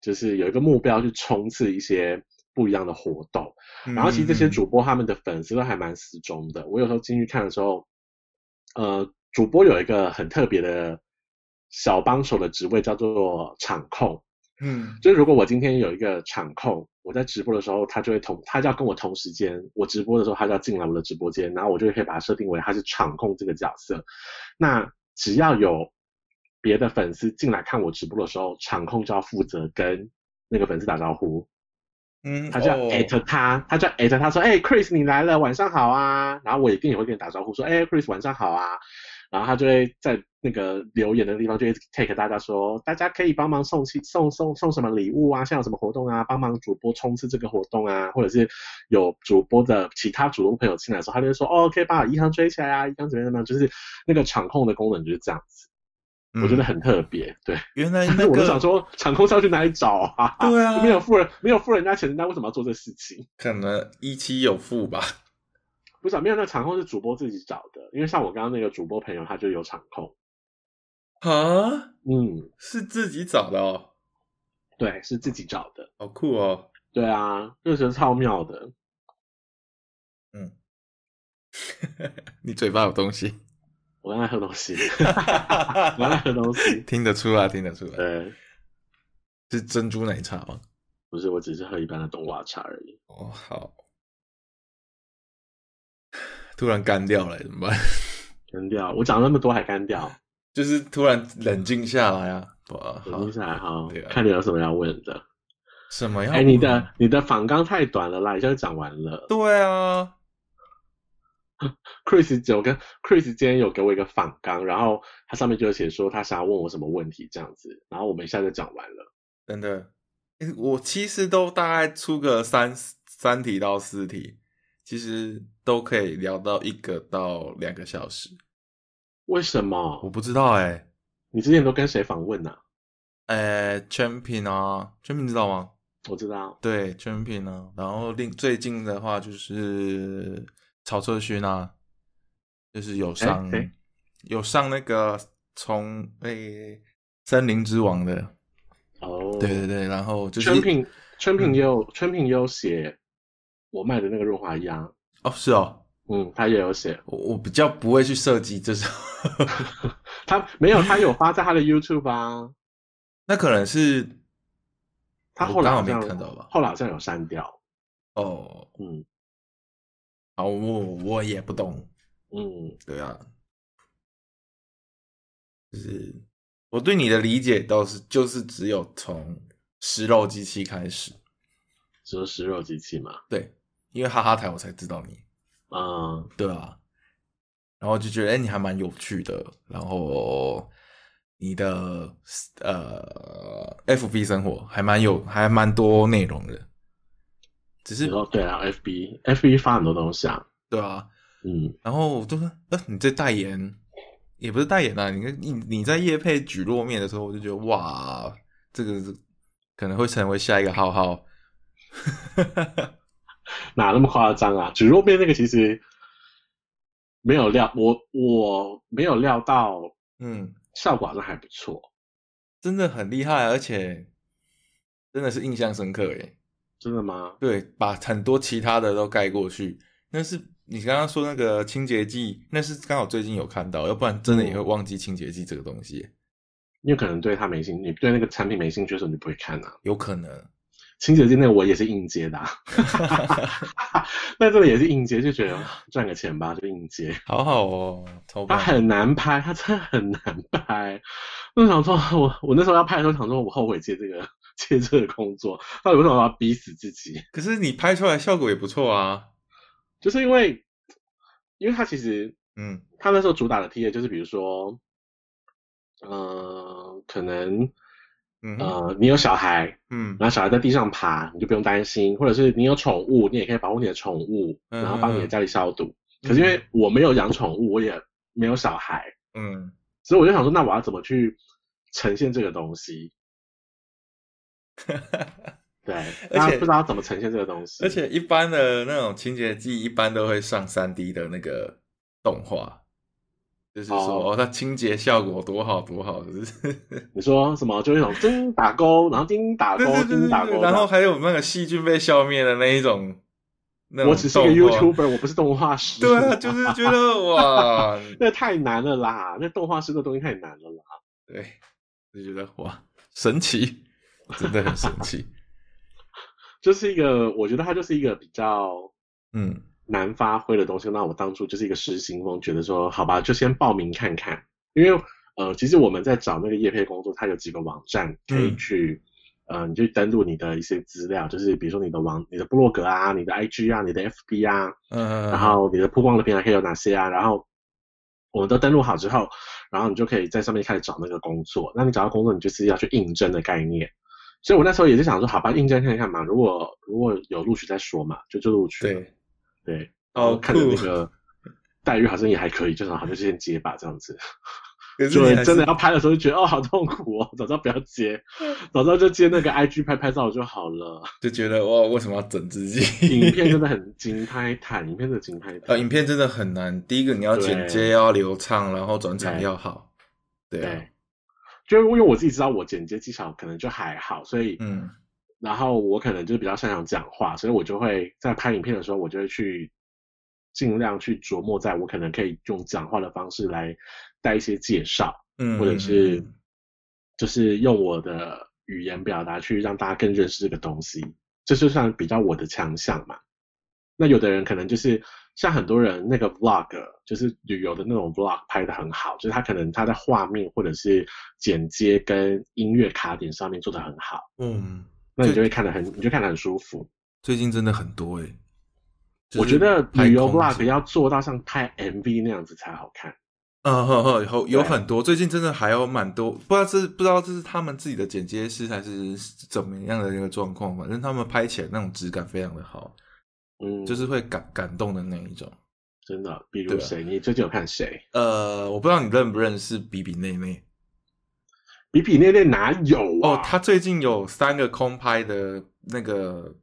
Speaker 2: 就是有一个目标去冲刺一些不一样的活动。
Speaker 1: 嗯，
Speaker 2: 然后其实这些主播他们的粉丝都还蛮死忠的。我有时候进去看的时候，呃，主播有一个很特别的小帮手的职位叫做场控，
Speaker 1: 嗯，
Speaker 2: 就是如果我今天有一个场控，我在直播的时候，他就会同他就要跟我同时间，我直播的时候他就要进来我的直播间，然后我就可以把它设定为他是场控这个角色。那只要有别的粉丝进来看我直播的时候，场控就要负责跟那个粉丝打招呼，
Speaker 1: 嗯嗯，
Speaker 2: 他就要
Speaker 1: 哦
Speaker 2: at 他，他就要 at 他说，哎、c h r i s 你来了，晚上好啊。然后我一定也会跟你打招呼说，哎、c h r i s 晚上好啊。然后他就会在那个留言的地方就会 take 大家说，大家可以帮忙送去送送送什么礼物啊，像有什么活动啊，帮忙主播冲刺这个活动啊，或者是有主播的其他主动朋友进来的时候，他就会说，哦，可以把银行追起来啊，银行怎么样怎么样，就是那个场控的功能就是这样子，我觉得很特别，对。
Speaker 1: 嗯
Speaker 2: <laughs>
Speaker 1: 原来哎那
Speaker 2: 那我就
Speaker 1: 个
Speaker 2: 想说，场控是要去哪里找啊？
Speaker 1: 对啊
Speaker 2: 没有付人没有付人家钱，人家为什么要做这事情？
Speaker 1: 可能一期有付吧，
Speaker 2: 不是、啊，没有那场控是主播自己找的，因为像我刚刚那个主播朋友，他就有场控。
Speaker 1: 啊，
Speaker 2: 嗯，
Speaker 1: 是自己找的哦，
Speaker 2: 对，是自己找的。
Speaker 1: 好酷哦，
Speaker 2: 对啊，这觉得超妙的。
Speaker 1: 你嘴巴有东西， <laughs>
Speaker 2: 我刚才喝东西，我刚才喝东西。
Speaker 1: 听得出来，听得出来，
Speaker 2: 对，
Speaker 1: 是珍珠奶茶吗？
Speaker 2: 不是，我只是喝一般的冬瓜茶而已。
Speaker 1: 哦，好， <sighs> 突然干掉了，怎么办？
Speaker 2: 干掉，我讲那么多还干掉，
Speaker 1: 就是突然冷静下来啊，不，好
Speaker 2: 嗯冷，静下来哈
Speaker 1: 对，啊
Speaker 2: 看你有什么要问的。
Speaker 1: 什么要？
Speaker 2: 哎，你的你的访纲太短了啦，一下就讲完了。
Speaker 1: 对啊，
Speaker 2: Chris 有跟 Chris 今天有给我一个访纲，然后他上面就有写说他想要问我什么问题这样子，然后我们一下就讲完了。
Speaker 1: 真的，诶我其实都大概出个三三题到四题，其实都可以聊到一个到两个小时。
Speaker 2: 为什
Speaker 1: 我
Speaker 2: 么？
Speaker 1: 不知道哎、
Speaker 2: 你之前都跟谁访问呢、啊？
Speaker 1: 诶呃，Champion 啊，Champion 知道吗？
Speaker 2: 我知道
Speaker 1: 对，Champion 啊，然后另最近的话就是曹策勋啊，就是有上、
Speaker 2: 哎谁
Speaker 1: 有上那个从诶、森林之王的，
Speaker 2: 哦，
Speaker 1: 对对对，然后就是嗯
Speaker 2: 春平春平也有春平也有写我卖的那个润滑压，
Speaker 1: 哦是哦，
Speaker 2: 嗯，他也有写，
Speaker 1: 我我比较不会去涉及这种， <laughs>
Speaker 2: 他没有他有发在他的 YouTube 啊，
Speaker 1: 那可能是
Speaker 2: 他
Speaker 1: 我
Speaker 2: 后来
Speaker 1: 刚好
Speaker 2: 好
Speaker 1: 没
Speaker 2: 像
Speaker 1: 看到吧
Speaker 2: 后来好像有删掉，
Speaker 1: 哦，
Speaker 2: 嗯
Speaker 1: 好我我也不懂，
Speaker 2: 嗯，
Speaker 1: 对啊，就是我对你的理解倒是就是只有从食肉机器开始，
Speaker 2: 说食肉机器嘛，
Speaker 1: 对，因为哈哈台我才知道你，
Speaker 2: 嗯，
Speaker 1: 对啊，然后就觉得哎、你还蛮有趣的，然后你的呃 FB 生活还蛮有还蛮多内容的，只是
Speaker 2: 然后对啊，FB FB 发很多东西啊，
Speaker 1: 对啊，
Speaker 2: 嗯，
Speaker 1: 然后我就说呃你在代言也不是代言啊，你你你在夜配举落面的时候，我就觉得哇，这个是可能会成为下一个浩浩。
Speaker 2: 哪那么夸张啊？煮肉面那个其实没有料，我我没有料到
Speaker 1: 嗯，
Speaker 2: 效果好像还不错，
Speaker 1: 真的很厉害，而且真的是印象深刻耶。
Speaker 2: 真的吗？
Speaker 1: 对，把很多其他的都盖过去。那是你刚刚说那个清洁剂，那是刚好最近有看到，要不然真的
Speaker 2: 嗯
Speaker 1: 也会忘记清洁剂这个东西，
Speaker 2: 因为可能对他没兴趣，你对那个产品没兴趣的时候，你不会看啊。
Speaker 1: 有可能。
Speaker 2: 清洁剂那个我也是应接的、啊， <laughs> 那这个也是应接，就觉得啊赚个钱吧，就应接。
Speaker 1: 好好哦，超
Speaker 2: 它
Speaker 1: 棒！
Speaker 2: 很难拍，它真的很难拍。我就想说，我我那时候要拍的时候，想说我后悔接这个接这个工作，到底为什么我要逼死自己？
Speaker 1: 可是你拍出来效果也不错啊。
Speaker 2: 就是因为，因为他其实
Speaker 1: 嗯
Speaker 2: 他那时候主打的 T A 就是比如说，呃，可能
Speaker 1: 嗯哼
Speaker 2: 呃你有小孩，
Speaker 1: 嗯
Speaker 2: 然后小孩在地上爬，你就不用担心；或者是你有宠物，你也可以保护你的宠物，
Speaker 1: 嗯
Speaker 2: 然后帮你的家里消毒。可是因为我没有养宠物，我也没有小孩，
Speaker 1: 嗯，
Speaker 2: 所以我就想说，那我要怎么去呈现这个东西？
Speaker 1: <laughs>
Speaker 2: 对，那不知道怎么呈现这个东西。
Speaker 1: 而且一般的那种清洁剂一般都会上三 D 的那个动画，就是说
Speaker 2: 哦
Speaker 1: 哦，它清洁效果多好多好，就是
Speaker 2: 你说什么，就是那种叮打勾，然后叮打勾
Speaker 1: 对对，
Speaker 2: 叮
Speaker 1: 对
Speaker 2: 啊
Speaker 1: <laughs>
Speaker 2: 打
Speaker 1: 对对，
Speaker 2: 勾。
Speaker 1: 然后，还有那个细菌被消灭的那一种，那种
Speaker 2: 我只是一个
Speaker 1: 动画
Speaker 2: YouTuber，我不是动画
Speaker 1: <laughs>
Speaker 2: 师。
Speaker 1: 对
Speaker 2: <laughs>
Speaker 1: 啊，就是觉得哇，
Speaker 2: 那太难了啦，那动画师的东西太难了啦。
Speaker 1: 对，就觉得哇，神奇，真的很神
Speaker 2: <laughs>
Speaker 1: 奇。
Speaker 2: 就是一个，我觉得它就是一个比较
Speaker 1: 嗯
Speaker 2: 难发挥的东西。那我当初就是一个失心疯，觉得说好吧，就先报名看看。因为呃，其实我们在找那个业配工作，它有几个网站可
Speaker 1: 嗯
Speaker 2: 以去，呃，你去登录你的一些资料，就是比如说你的网、你的部落格啊、你的 IG 啊、你的 FB 啊，
Speaker 1: 嗯，
Speaker 2: 然后你的曝光的平台可以有哪些啊，然后。我们都登录好之后，然后你就可以在上面开始找那个工作。那你找到工作，你就是要去应征的概念。所以我那时候也是想说，好吧，应征看看嘛。如果如果有录取再说嘛，就就录取了。
Speaker 1: 对，哦
Speaker 2: 对，
Speaker 1: 好
Speaker 2: 我哦看着
Speaker 1: 酷
Speaker 2: 那个待遇好像也还可以，就是好像就先接吧这样子。
Speaker 1: 可是
Speaker 2: 就
Speaker 1: 你还
Speaker 2: 真的
Speaker 1: 是
Speaker 2: 要拍的时候就觉得哦 <laughs> 好痛苦哦，早知道不要接，早知道就接那个 IG 拍拍照就
Speaker 1: <laughs>
Speaker 2: 好了。
Speaker 1: 就觉得哇，为什么要整自己？
Speaker 2: 影片真的很金拍坦，影片真的金拍
Speaker 1: 呃，
Speaker 2: 坦。
Speaker 1: 影片真的很难。第一个你要剪接
Speaker 2: 对
Speaker 1: 要流畅，然后转场
Speaker 2: 对
Speaker 1: 要好。对啊
Speaker 2: 对，，就是因为我自己知道我剪接技巧可能就还好，所以
Speaker 1: 嗯
Speaker 2: 然后我可能就是比较擅长讲话，所以我就会在拍影片的时候，我就会去尽量去琢磨，在我可能可以用讲话的方式来带一些介绍。
Speaker 1: 嗯，
Speaker 2: 或者是就是用我的语言表达去让大家更认识这个东西，这就算比较我的强项嘛。那有的人可能就是像很多人那个 vlog，就是旅游的那种 vlog 拍的很好，就是他可能他在画面或者是剪接跟音乐卡点上面做的很好，
Speaker 1: 嗯，
Speaker 2: 那你
Speaker 1: 对
Speaker 2: 就会看得很，你就看得很舒服。
Speaker 1: 最近真的很多哎、
Speaker 2: 我觉得
Speaker 1: 拍
Speaker 2: 旅游
Speaker 1: 空
Speaker 2: vlog
Speaker 1: 景
Speaker 2: 要做到像拍 MV 那样子才好看。
Speaker 1: <laughs> 嗯呵呵，有有
Speaker 2: 对
Speaker 1: 很多，最近真的还有蛮多，不知道这不知道这是他们自己的剪接师还是怎么样的一个状况，反正他们拍起来那种质感非常的好，
Speaker 2: 嗯，
Speaker 1: 就是会感感动的那一种。
Speaker 2: 真的，比
Speaker 1: 对
Speaker 2: 如
Speaker 1: 啊
Speaker 2: 谁？你最近有看谁？
Speaker 1: 呃，我不知道你认不认识比比内内
Speaker 2: 比比那那哪有啊？
Speaker 1: 哦，他最近有三个空拍的那个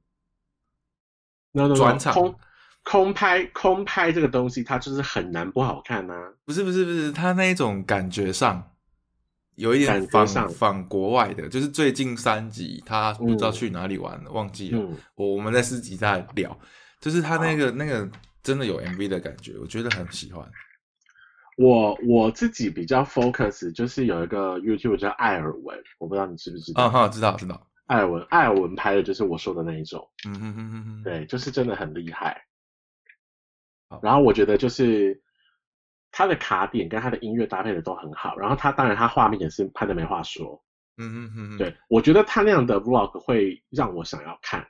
Speaker 2: no no no，
Speaker 1: 转场
Speaker 2: 空空拍空拍这个东西，它就是很难不好看呐、啊
Speaker 1: 不是不是不是，他那一种感觉上有一点
Speaker 2: 感觉
Speaker 1: 仿
Speaker 2: 上
Speaker 1: 仿国外的，就是最近三集他不知道去哪里玩了，忘记了。
Speaker 2: 嗯，啊
Speaker 1: 我我们在四集再聊，就是他那个那个真的有 MV 的感觉，我觉得很喜欢。
Speaker 2: 我我自己比较 focus 就是有一个 YouTube 叫艾尔文，我不知道你知不知道。
Speaker 1: 啊哈，知道知道。
Speaker 2: 艾尔文，艾尔文拍的就是我说的那一种，
Speaker 1: 嗯哼哼哼哼，
Speaker 2: 对，就是真的很厉害
Speaker 1: 好。
Speaker 2: 然后我觉得就是他的卡点跟他的音乐搭配的都很好，然后他当然他画面也是拍的没话说，
Speaker 1: 嗯哼哼哼， <laughs>
Speaker 2: 对我觉得他那样的 vlog 会让我想要看。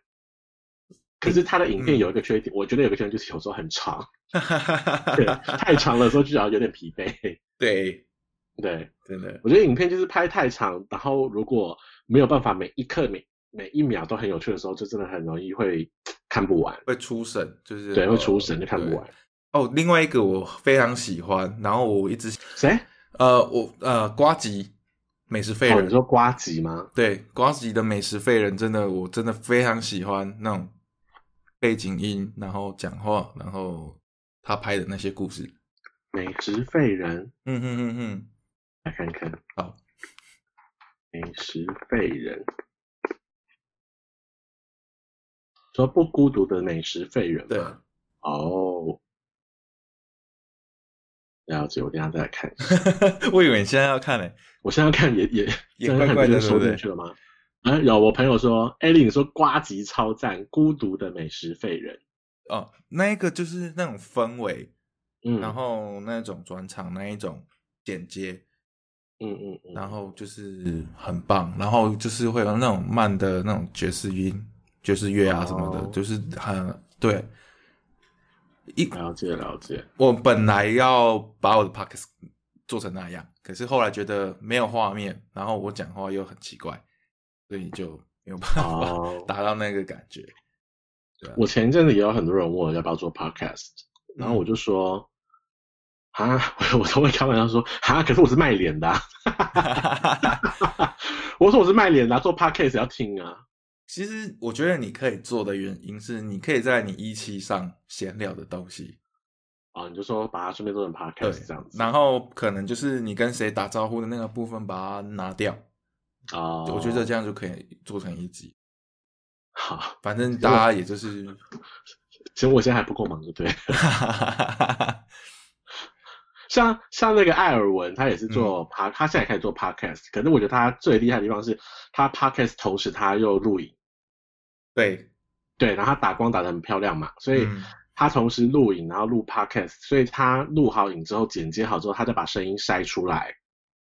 Speaker 2: 可是他的影
Speaker 1: 嗯
Speaker 2: 片有一个缺点，我觉得有个缺点就是有时候很长， <laughs> 对，太长了之后就觉得有点疲惫。
Speaker 1: <laughs>
Speaker 2: <laughs>
Speaker 1: 对，
Speaker 2: 对
Speaker 1: 真的，
Speaker 2: 我觉得影片就是拍太长，然后如果没有办法每一刻每每一秒都很有趣的时候，就真的很容易会看不完。
Speaker 1: 会出神，就是
Speaker 2: 对，
Speaker 1: 呃
Speaker 2: 会出神就看不
Speaker 1: 对
Speaker 2: 完。
Speaker 1: 哦，另外一个我非常喜欢，然后我一直
Speaker 2: 谁？
Speaker 1: 呃，我呃，瓜吉美食废
Speaker 2: 哦，
Speaker 1: 人，
Speaker 2: 你说瓜吉吗？
Speaker 1: 对瓜吉的美食废人，真的我真的非常喜欢那种背景音，然后讲话，然后他拍的那些故事。
Speaker 2: 美食废人，
Speaker 1: 嗯哼哼哼，
Speaker 2: 来看看。
Speaker 1: 好，
Speaker 2: 美食废人，说不孤独的美食废人吗
Speaker 1: 对， <laughs>
Speaker 2: 哦，了解，我等一下再来看。
Speaker 1: 我以为你现在要看嘞、欸
Speaker 2: 我现在看也也
Speaker 1: <laughs> 也
Speaker 2: 这样
Speaker 1: 怪
Speaker 2: 看
Speaker 1: 怪
Speaker 2: 就
Speaker 1: 的对
Speaker 2: 说
Speaker 1: 不
Speaker 2: 进
Speaker 1: 对
Speaker 2: 去了吗？啊，有我朋友说，艾丽，你说瓜吉超赞，孤独的美食废人，
Speaker 1: 哦，那一个就是那种氛围，
Speaker 2: 嗯，
Speaker 1: 然后那种转场那一种剪接，
Speaker 2: 嗯嗯嗯，
Speaker 1: 然后就是很棒，然后就是会有那种慢的那种爵士音、爵士乐啊什么的，
Speaker 2: 哦
Speaker 1: 就是很对。一
Speaker 2: 了解了
Speaker 1: <laughs>
Speaker 2: 解，
Speaker 1: 我本来要把我的 p o c k e t 做成那样，可是后来觉得没有画面，然后我讲话又很奇怪，所以就没有办
Speaker 2: <laughs>
Speaker 1: 法
Speaker 2: 哦
Speaker 1: 达到那个感
Speaker 2: <laughs>
Speaker 1: 觉。
Speaker 2: 我前一阵子也有很多人问我要不要做 podcast，然
Speaker 1: 嗯
Speaker 2: 后我就说，啊， <laughs> 我我都会开玩笑说，啊，可是我是卖脸的、啊， <laughs> 我说我是卖脸的、啊，做 podcast 也要听啊，
Speaker 1: 其实我觉得你可以做的原因是，你可以在你一期上闲聊的东西，
Speaker 2: 啊，你就说把它顺便做成 podcast 这样子，
Speaker 1: 然后可能就是你跟谁打招呼的那个部分把它拿掉，
Speaker 2: 啊，
Speaker 1: 我觉得这样就可以做成一集。
Speaker 2: 好，
Speaker 1: 反正大家也
Speaker 2: <laughs>
Speaker 1: 就是，
Speaker 2: 其实我现在还不够忙，就对了。 <laughs> 像像那个艾尔文，他也
Speaker 1: 嗯
Speaker 2: 是做 pod，、他现在开始做 podcast，可是我觉得他最厉害的地方是，他 podcast 同时他又录影，
Speaker 1: 对，
Speaker 2: 对，然后他打光打得很漂亮嘛，所以
Speaker 1: 嗯，
Speaker 2: 他同时录影，然后录 podcast，所以他录好影之后剪接好之后，他再把声音筛出来，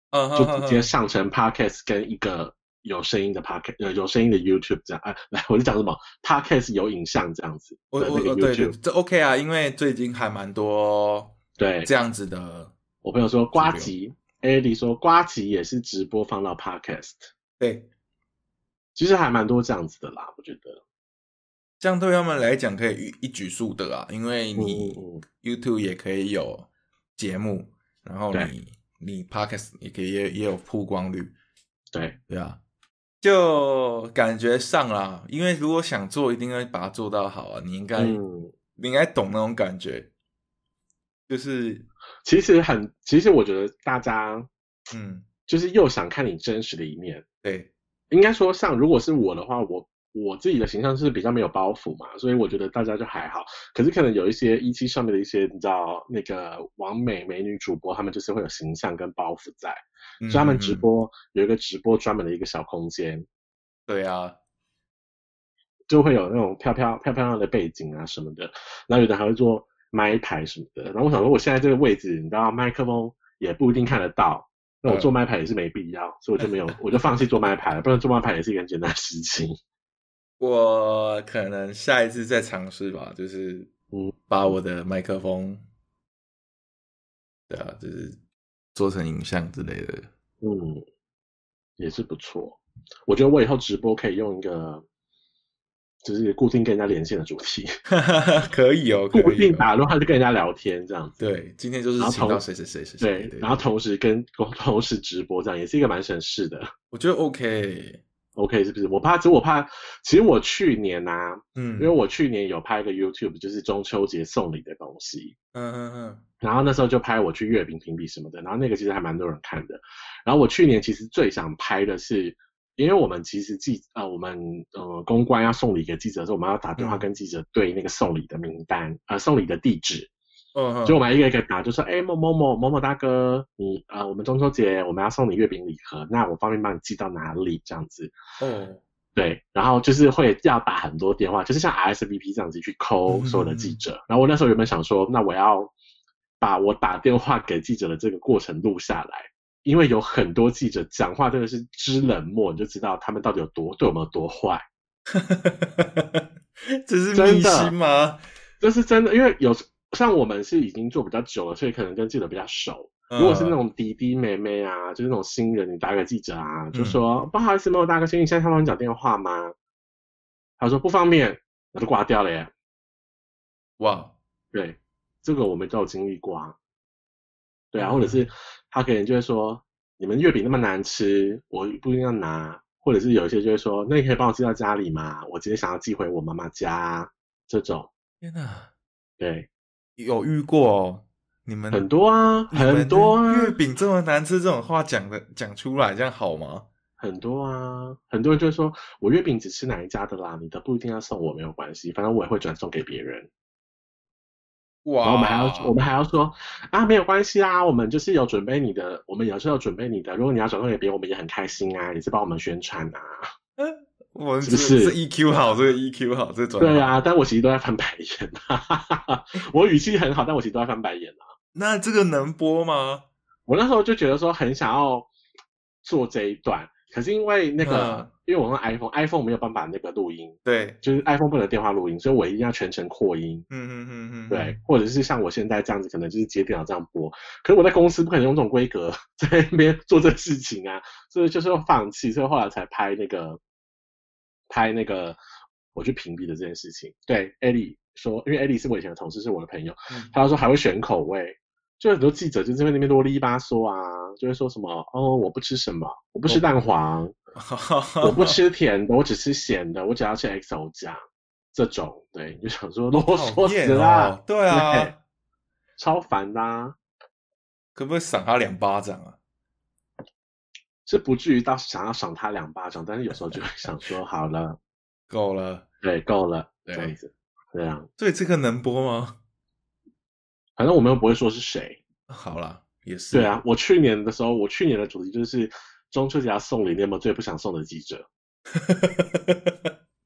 Speaker 1: 嗯
Speaker 2: 就直接上成 podcast 跟一个有声音的 podcast，呃，有声音的 YouTube 这样，哎、来， <laughs> 我是讲什么 podcast 有影像这样子
Speaker 1: 我
Speaker 2: 的
Speaker 1: 我
Speaker 2: 那个
Speaker 1: 我对对
Speaker 2: YouTube，
Speaker 1: 这 OK 啊，因为最近还蛮多
Speaker 2: 对，
Speaker 1: 这样子的，
Speaker 2: 我朋友说瓜吉 a d 说瓜吉也是直播放到 podcast。
Speaker 1: 对，
Speaker 2: 其实还蛮多这样子的啦，我觉得。
Speaker 1: 这样对他们来讲可以一一举数得啊，因为你
Speaker 2: 嗯嗯嗯
Speaker 1: YouTube 也可以有节目，然后
Speaker 2: 对
Speaker 1: 你你 Podcast 也可以也也有曝光率，
Speaker 2: 对，
Speaker 1: 对啊，就感觉上啦，因为如果想做，一定会把它做到好啊，你应该、
Speaker 2: 嗯，
Speaker 1: 你应该懂那种感觉，就是
Speaker 2: 其实很，其实我觉得大家
Speaker 1: 嗯，
Speaker 2: 就是又想看你真实的一面。
Speaker 1: 对，
Speaker 2: 应该说，像如果是我的话，我我自己的形象是比较没有包袱嘛，所以我觉得大家就还好。可是可能有一些一期上面的一些，你知道那个完美美女主播，她们就是会有形象跟包袱在，
Speaker 1: 嗯
Speaker 2: 所以他们
Speaker 1: 嗯
Speaker 2: 直
Speaker 1: 嗯
Speaker 2: 播有一个直播专门的一个小空间，
Speaker 1: 对啊，
Speaker 2: 就会有那种漂漂漂漂亮的背景啊什么的，然后有的还会做麦牌什么的。然后我想说，我现在这个位置，你知道麦克风也不一定看得到，
Speaker 1: 嗯
Speaker 2: 那我做麦牌也是没必要，所以我
Speaker 1: <laughs>
Speaker 2: 就没有，我就放弃做麦牌了。不然做麦牌也是一个很简单的事情。
Speaker 1: 我可能下一次再尝试吧，就是
Speaker 2: 嗯
Speaker 1: 把我的麦克风，对啊，就是做成影像之类的。 <laughs>
Speaker 2: 嗯，也是不错。我觉得我以后直播可以用一个，就是固定跟人家连线的主题，
Speaker 1: 可以哦，可
Speaker 2: <laughs> 固
Speaker 1: 以、
Speaker 2: 定
Speaker 1: 哦。
Speaker 2: 打，然后就跟人家聊天这样子。
Speaker 1: 对，今天就是
Speaker 2: 然后
Speaker 1: 请到
Speaker 2: 同
Speaker 1: 谁谁谁谁谁。
Speaker 2: <laughs> 对，然后同时跟同时直播这样也是一个蛮省事的。
Speaker 1: 我觉得 OK，
Speaker 2: OK 是不是？我怕，其实我怕，其实我去年啊，
Speaker 1: 嗯
Speaker 2: 因为我去年有拍一个 YouTube，就是中秋节送礼的东西，
Speaker 1: 嗯嗯嗯，
Speaker 2: 然后那时候就拍我去月饼评比什么的，然后那个其实还蛮多人看的。然后我去年其实最想拍的是，因为我们其实记呃我们呃公关要送礼给记者的时候，我们要打电话跟记者对那个送礼的名单，呃送礼的地址，
Speaker 1: 嗯嗯
Speaker 2: 就我们一个一个打，就说，哎、某某某某某大哥，你呃，我们中秋节我们要送你月饼礼盒，那我方便帮你寄到哪里这样子？
Speaker 1: 哦，
Speaker 2: 对，然后就是会要打很多电话，就是像 RSVP 这样子去抠所有的记者。然后我那时候原本想说，那我要把我打电话给记者的这个过程录下来，因为有很多记者讲话真的是知冷漠，你就知道他们到底有多对我们有多坏。
Speaker 1: 哦 <laughs> 这是
Speaker 2: 真
Speaker 1: 秘
Speaker 2: 的
Speaker 1: 辛吗？
Speaker 2: 这是真的，因为有像我们是已经做比较久了，所以可能跟记者比较
Speaker 1: 嗯
Speaker 2: 熟。如果是那种弟弟妹妹啊，就是那种新人，你打给记者啊，就说、不好意思，某某大哥，请你现在方便讲电话吗？他说不方便，我就挂掉了耶。
Speaker 1: 哇，
Speaker 2: 对，这个我们都有经历过啊。对啊，
Speaker 1: 嗯
Speaker 2: 或者是他可能就会说，你们月饼那么难吃，我不一定要拿。或者是有一些就会说，那你可以帮我寄到家里吗？我今天想要寄回我妈妈家。这种，
Speaker 1: 天哪，
Speaker 2: 对，
Speaker 1: 有遇过哦，你们
Speaker 2: 很多啊，
Speaker 1: 你们
Speaker 2: 很多啊，
Speaker 1: 月饼这么难吃，这种话讲的讲出来，这样好吗？
Speaker 2: 很多啊，很多人就会说，我月饼只吃哪一家的啦，你的不一定要送我，没有关系，反正我也会转送给别人。然
Speaker 1: 哇，
Speaker 2: 后我们还要我们还要说啊，没有关系啊，我们就是有准备你的，我们有时候有准备你的，如果你要转送给别人，我们也很开心啊，也是帮我们宣传啊。
Speaker 1: 我们
Speaker 2: 是不是
Speaker 1: 这 EQ 好，这个 EQ 好，这转
Speaker 2: 对，啊，但我其实都在翻白眼，哈哈哈 <laughs> 我语气很好，但我其实都在翻白眼啊。
Speaker 1: 那这个能播吗？
Speaker 2: 我那时候就觉得说很想要做这一段，可是因为那个，
Speaker 1: 嗯
Speaker 2: 因为我用 iPhone，iPhone 没有办法那个录音，
Speaker 1: 对，
Speaker 2: 就是 iPhone 不能电话录音，所以我一定要全程扩音。
Speaker 1: 嗯嗯嗯嗯， <laughs>
Speaker 2: 对，或者是像我现在这样子，可能就是接电脑这样播。可是我在公司不可能用这种规格 <laughs> 在那边做这个事情啊，所以就是要放弃，所以后来才拍那个拍那个我去屏蔽的这件事情。对，艾莉说，因为艾莉是我以前的同事，是我的朋友，
Speaker 1: 嗯
Speaker 2: 她说还会选口味。就很多记者就是在那边啰里吧嗦啊，就会说什么哦，我不吃什么，我不吃蛋黄，我不
Speaker 1: 哦
Speaker 2: 吃甜的，我只吃咸的，我只要吃 XO 酱这种。对，你就想说啰嗦
Speaker 1: 讨厌
Speaker 2: 死啦，
Speaker 1: 哦，对啊
Speaker 2: 对，超烦的、啊，
Speaker 1: 可不可以赏他两巴掌啊？
Speaker 2: 是不至于到想要赏他两巴掌，但是有时
Speaker 1: <laughs>
Speaker 2: 候就会想说，好了，
Speaker 1: 够了，
Speaker 2: 对，够了，
Speaker 1: 对
Speaker 2: 这样子，对啊，
Speaker 1: 所以这个能播吗？
Speaker 2: 反正我们又不会说是谁，
Speaker 1: 好啦，也是，
Speaker 2: 对，啊，我去年的时候，我去年的主题就是中秋节要送礼，你有没有最不想送的记者？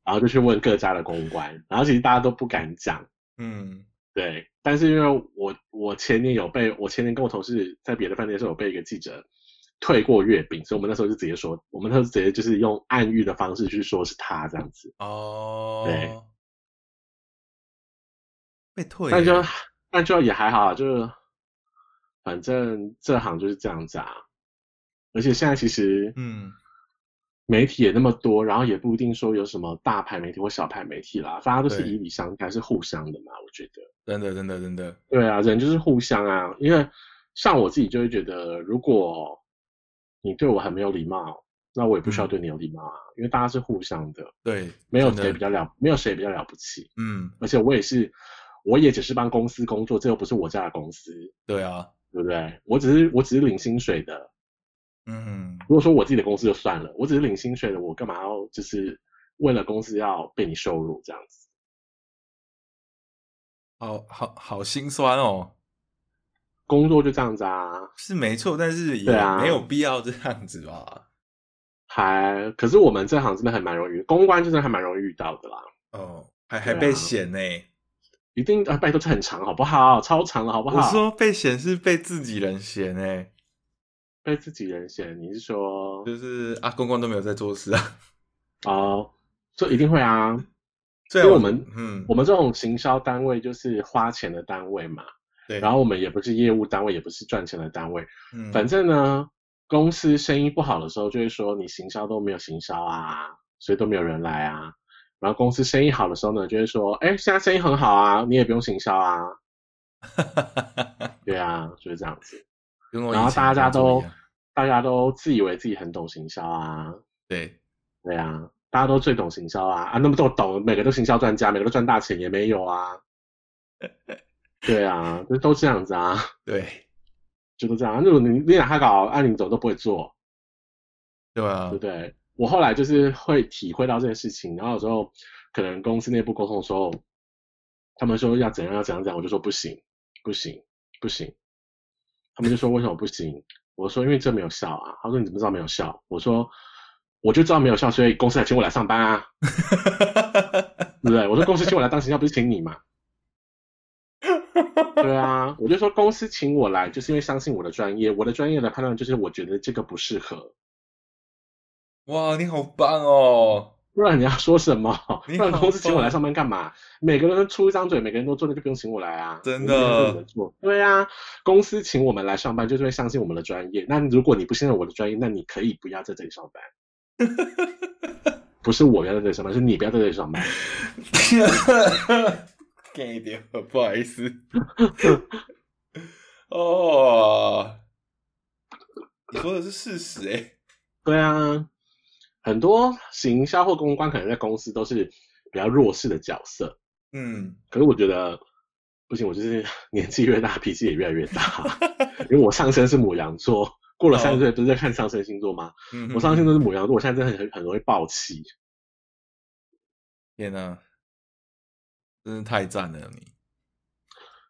Speaker 2: 然后就去问各家的公关，然后其实大家都不敢讲，
Speaker 1: <laughs> 嗯，
Speaker 2: 对，但是因为我我前年有被我前年跟我同事在别的饭店的时候有被一个记者退过月饼，所以我们那时候就直接说，我们那时候直接就是用暗喻的方式去说是他这样子，
Speaker 1: 哦，
Speaker 2: 对，
Speaker 1: 被退耶，
Speaker 2: 那就那就也还好啊，就是反正这行就是这样子啊。而且现在其实
Speaker 1: 嗯，
Speaker 2: 媒体也那么多，然后也不一定说有什么大牌媒体或小牌媒体啦，大家都是
Speaker 1: 对
Speaker 2: 以礼相待，是互相的嘛，我觉得。
Speaker 1: 真的真的真的，
Speaker 2: 对啊，人就是互相啊，因为像我自己就会觉得，如果你对我很没有礼貌，那我也不需要对你有礼貌啊，因为大家是互相的，
Speaker 1: 对，
Speaker 2: 没有
Speaker 1: 嗯真的
Speaker 2: 谁比较了，没有谁比较了不起，
Speaker 1: 嗯，
Speaker 2: 而且我也是，我也只是帮公司工作，这又不是我家的公司，
Speaker 1: 对啊，
Speaker 2: 对不对？我只是我只是领薪水的，
Speaker 1: 嗯，
Speaker 2: 如果说我自己的公司就算了，我只是领薪水的，我干嘛要就是为了公司要被你羞辱这样子？
Speaker 1: 好好好心酸哦，
Speaker 2: 工作就这样子啊，
Speaker 1: 是没错，但是也
Speaker 2: 对啊
Speaker 1: 没有必要这样子吧？
Speaker 2: 还可是我们这行真的还蛮容易遇，公关真的还蛮容易遇到的啦。
Speaker 1: 哦，还还
Speaker 2: 对啊
Speaker 1: 被嫌呢，
Speaker 2: 一定啊，拜托，这很长好不好？超长了好不好？
Speaker 1: 我说被嫌是被自己人嫌呢。
Speaker 2: 被自己人嫌，你是说
Speaker 1: 就是啊，公公都没有在做事
Speaker 2: <laughs>
Speaker 1: 啊。
Speaker 2: 哦？这一定会啊。
Speaker 1: <laughs> 对
Speaker 2: 因为我们
Speaker 1: 嗯，
Speaker 2: 我们这种行销单位就是花钱的单位嘛，
Speaker 1: 对，
Speaker 2: 然后我们也不是业务单位，也不是赚钱的单位。
Speaker 1: 嗯
Speaker 2: 反正呢，公司生意不好的时候，就会说你行销都没有行销啊，所以都没有人来啊。然后公司生意好的时候呢，就会说，哎，现在生意很好啊，你也不用行销啊。对啊，就是这样子。
Speaker 1: 跟我以前
Speaker 2: 然后大家
Speaker 1: 工作一
Speaker 2: 都
Speaker 1: 样
Speaker 2: 大家都自以为自己很懂行销啊，
Speaker 1: 对，
Speaker 2: 对啊，大家都最懂行销啊啊，那么多懂，每个都行销专家，每个都赚大钱也没有
Speaker 1: <laughs>
Speaker 2: 啊。对啊，这都这样子啊，
Speaker 1: 对
Speaker 2: 就是这样。如果你你拿他搞，安、啊、你怎么都不会做，
Speaker 1: 对啊
Speaker 2: 对不，对？我后来就是会体会到这件事情，然后有时候可能公司内部沟通的时候，他们说要怎样要怎样怎样，我就说不行不行不行，他们就说为什么不行？我说因为这没有效啊。他说你怎么知道没有效？我说我就知道没有效，所以公司才请我来上班啊，对不对？我说公司请我来当行销，不是请你嘛？对啊，我就说公司请我来，就是因为相信我的专业，我的专业的判断就是我觉得这个不适合，
Speaker 1: <laughs> 哇，你好棒哦！
Speaker 2: 不然你要说
Speaker 1: <laughs>
Speaker 2: 什么？不
Speaker 1: 你
Speaker 2: 然
Speaker 1: 好
Speaker 2: 公司请我
Speaker 1: 棒
Speaker 2: 来上班干嘛？每个人出一张嘴，每个人都做，那就不用请我来啊！
Speaker 1: 真
Speaker 2: 我们每个人
Speaker 1: 的
Speaker 2: 都有做。对啊，公司请我们来上班，就是因为相信我们的专业。那如果你不信任我的专业，那你可以不要在这里上班。
Speaker 1: <laughs>
Speaker 2: 不是我不要在这里上班，是你不要在这里上班。
Speaker 1: <laughs> 干一点，不好意思。 <laughs> 哦，你说的是事实哎、
Speaker 2: 对啊，很多行销或公关可能在公司都是比较弱势的角色，
Speaker 1: 嗯，
Speaker 2: 可是我觉得不行，我就是 <laughs> 年纪越大，脾气也越来越大。因为我上身是母羊座，过了三十岁不是在看上升星座吗？
Speaker 1: 哦嗯
Speaker 2: 我上身都是母羊座，我现在真的很很容易暴气。
Speaker 1: 天哪、真是太赞了你。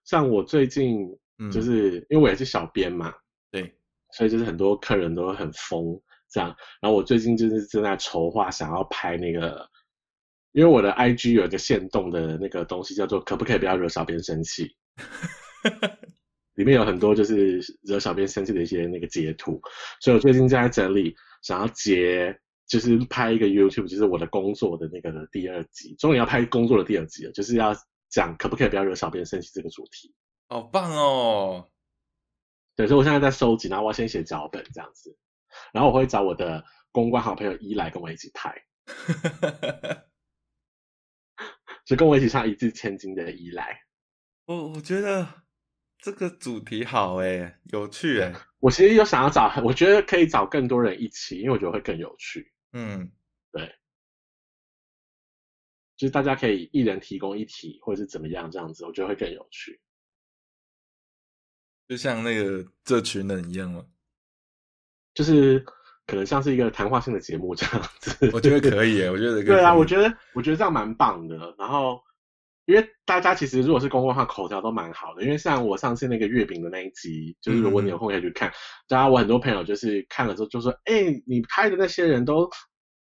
Speaker 2: 像我最近
Speaker 1: 嗯，
Speaker 2: 就是、因为我也是小编嘛，
Speaker 1: 对，
Speaker 2: 所以就是很多客人都很疯这样。然后我最近就是正在筹划，想要拍那个，因为我的 IG 有一个限动的那个东西叫做“可不可以不要惹小编生
Speaker 1: <laughs>
Speaker 2: 气”，里面有很多就是惹小编生气的一些那个截图，所以我最近正在整理，想要截。就是拍一个 YouTube，就是我的工作的那个第二集，终于要拍工作的第二集了，就是要讲可不可以不要惹小编生气这个主题。
Speaker 1: 好棒
Speaker 2: <laughs>
Speaker 1: 哦！
Speaker 2: 对，所以我现在在收集，然后我要先写脚本这样子，然后我会找我的公关好朋友一来跟我一起拍，就跟我一起唱《一掷千金》的一来。
Speaker 1: 我我觉得这个主题好哎、有趣哎、
Speaker 2: 我其实有想要找，我觉得可以找更多人一起，因为我觉得会更有趣，
Speaker 1: 嗯，
Speaker 2: 就是大家可以一人提供一题，或者是怎么样这样子，我觉得会更有趣。
Speaker 1: 就像那个这群人一样嘛，
Speaker 2: 就是可能像是一个谈话性的节目这样子，
Speaker 1: 我觉得可以哎、我觉得可以。
Speaker 2: <laughs> 对啊，我觉得我觉得这样蛮棒的。然后，因为大家其实如果是公关的话，口条都蛮好的。因为像我上次那个月饼的那一集，就是如果你有空可以去看。当然，我很多朋友就是看了之后就说：“哎、你拍的那些人都。”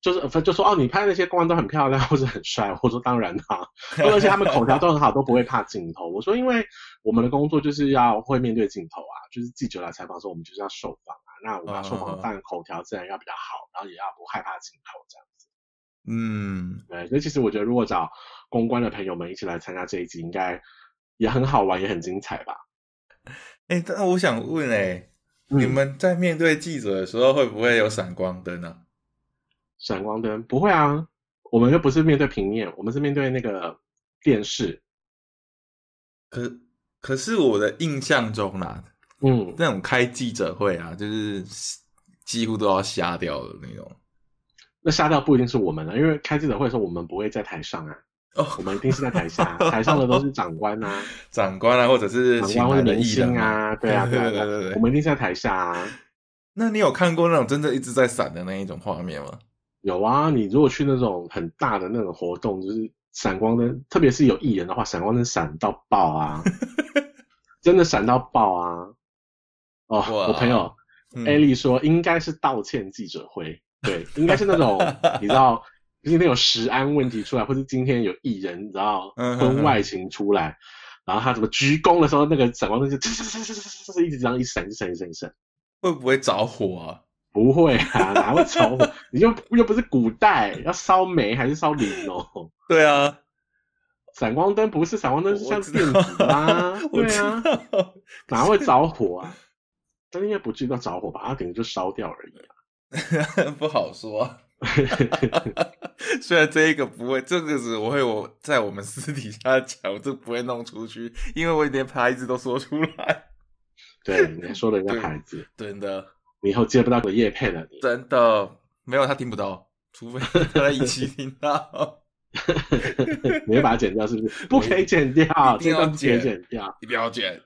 Speaker 2: 就是呃就说哦，你拍的那些公关都很漂亮，或者很帅。我说当然啦、 <laughs> 而且他们口条都很好，都不会怕镜头。我说，因为我们的工作就是要会面对镜头啊，就是记者来采访的时候，我们就是要受访啊。那我们要受访，当然口条自然要比较好，然后也要不害怕镜头这样。
Speaker 1: 嗯，
Speaker 2: 对，所以其实我觉得，如果找公关的朋友们一起来参加这一集，应该也很好玩，也很精彩吧？
Speaker 1: 哎、但我想问哎、
Speaker 2: 嗯
Speaker 1: 你们在面对记者的时候，会不会有闪光灯啊？
Speaker 2: 闪光灯不会啊，我们又不是面对平面，我们是面对那个电视。
Speaker 1: 可可是我的印象中啦，
Speaker 2: 嗯，
Speaker 1: 那种开记者会啊，就是几乎都要瞎掉的那种。
Speaker 2: 那吓到不一定是我们啊了，因为开记者会的时候，我们不会在台上啊，我
Speaker 1: 哦，
Speaker 2: 们一定是在台下，台上的都是长官啊，
Speaker 1: 长官啊，或者 <laughs> 是
Speaker 2: 长
Speaker 1: 请
Speaker 2: 官或
Speaker 1: 来
Speaker 2: 者
Speaker 1: 的
Speaker 2: 明
Speaker 1: 艺人
Speaker 2: 星啊，对啊，
Speaker 1: 对
Speaker 2: 对
Speaker 1: <laughs> 对
Speaker 2: 啊，
Speaker 1: 对
Speaker 2: 啊
Speaker 1: 对
Speaker 2: 我们一定是在台下啊。
Speaker 1: 那你有看过那种真的一直在闪的那一种画面吗？
Speaker 2: 有啊，你如果去那种很大的那种活动，就是闪光灯，特别是有艺人的话，闪光灯闪到
Speaker 1: <laughs>
Speaker 2: 爆啊，真的闪到爆啊！哦，
Speaker 1: 哇
Speaker 2: 我朋友
Speaker 1: 嗯
Speaker 2: 艾丽说，应该是道歉记者会，对，应该是那种你知道，今天有食安问题出来，或是今天有艺人你知道
Speaker 1: 嗯
Speaker 2: 婚外情出来，然后他怎么鞠躬的时候，那个闪光灯就 <laughs> 一直这样一闪一闪一闪一闪。
Speaker 1: 会不会着火啊？
Speaker 2: 不会啊，哪会着火？你又又不是古代，要烧煤还是烧磷哦？
Speaker 1: 对啊，
Speaker 2: 闪光灯不是闪光灯，是像电子啊
Speaker 1: <laughs> ，我
Speaker 2: 对
Speaker 1: 知
Speaker 2: 啊，
Speaker 1: 道。
Speaker 2: 哪会着火啊？但应该不至于到着火吧？它顶多就烧掉而已、
Speaker 1: <laughs> 不好说。
Speaker 2: 啊。
Speaker 1: <laughs> 虽然这一个不会，这个只会我在我们私底下讲，我这不会弄出去，因为我连牌子都说出来，
Speaker 2: <laughs> 对，你还说人家牌子，
Speaker 1: 真的，
Speaker 2: 你以后接不到我的叶配了你。
Speaker 1: 真的没有他听不到，除非他在一起听到， <laughs>
Speaker 2: 你会把它剪掉是不是？不可以剪掉，
Speaker 1: 一定
Speaker 2: 这
Speaker 1: 要
Speaker 2: 段不可以
Speaker 1: 剪
Speaker 2: 剪掉。
Speaker 1: 你不要剪。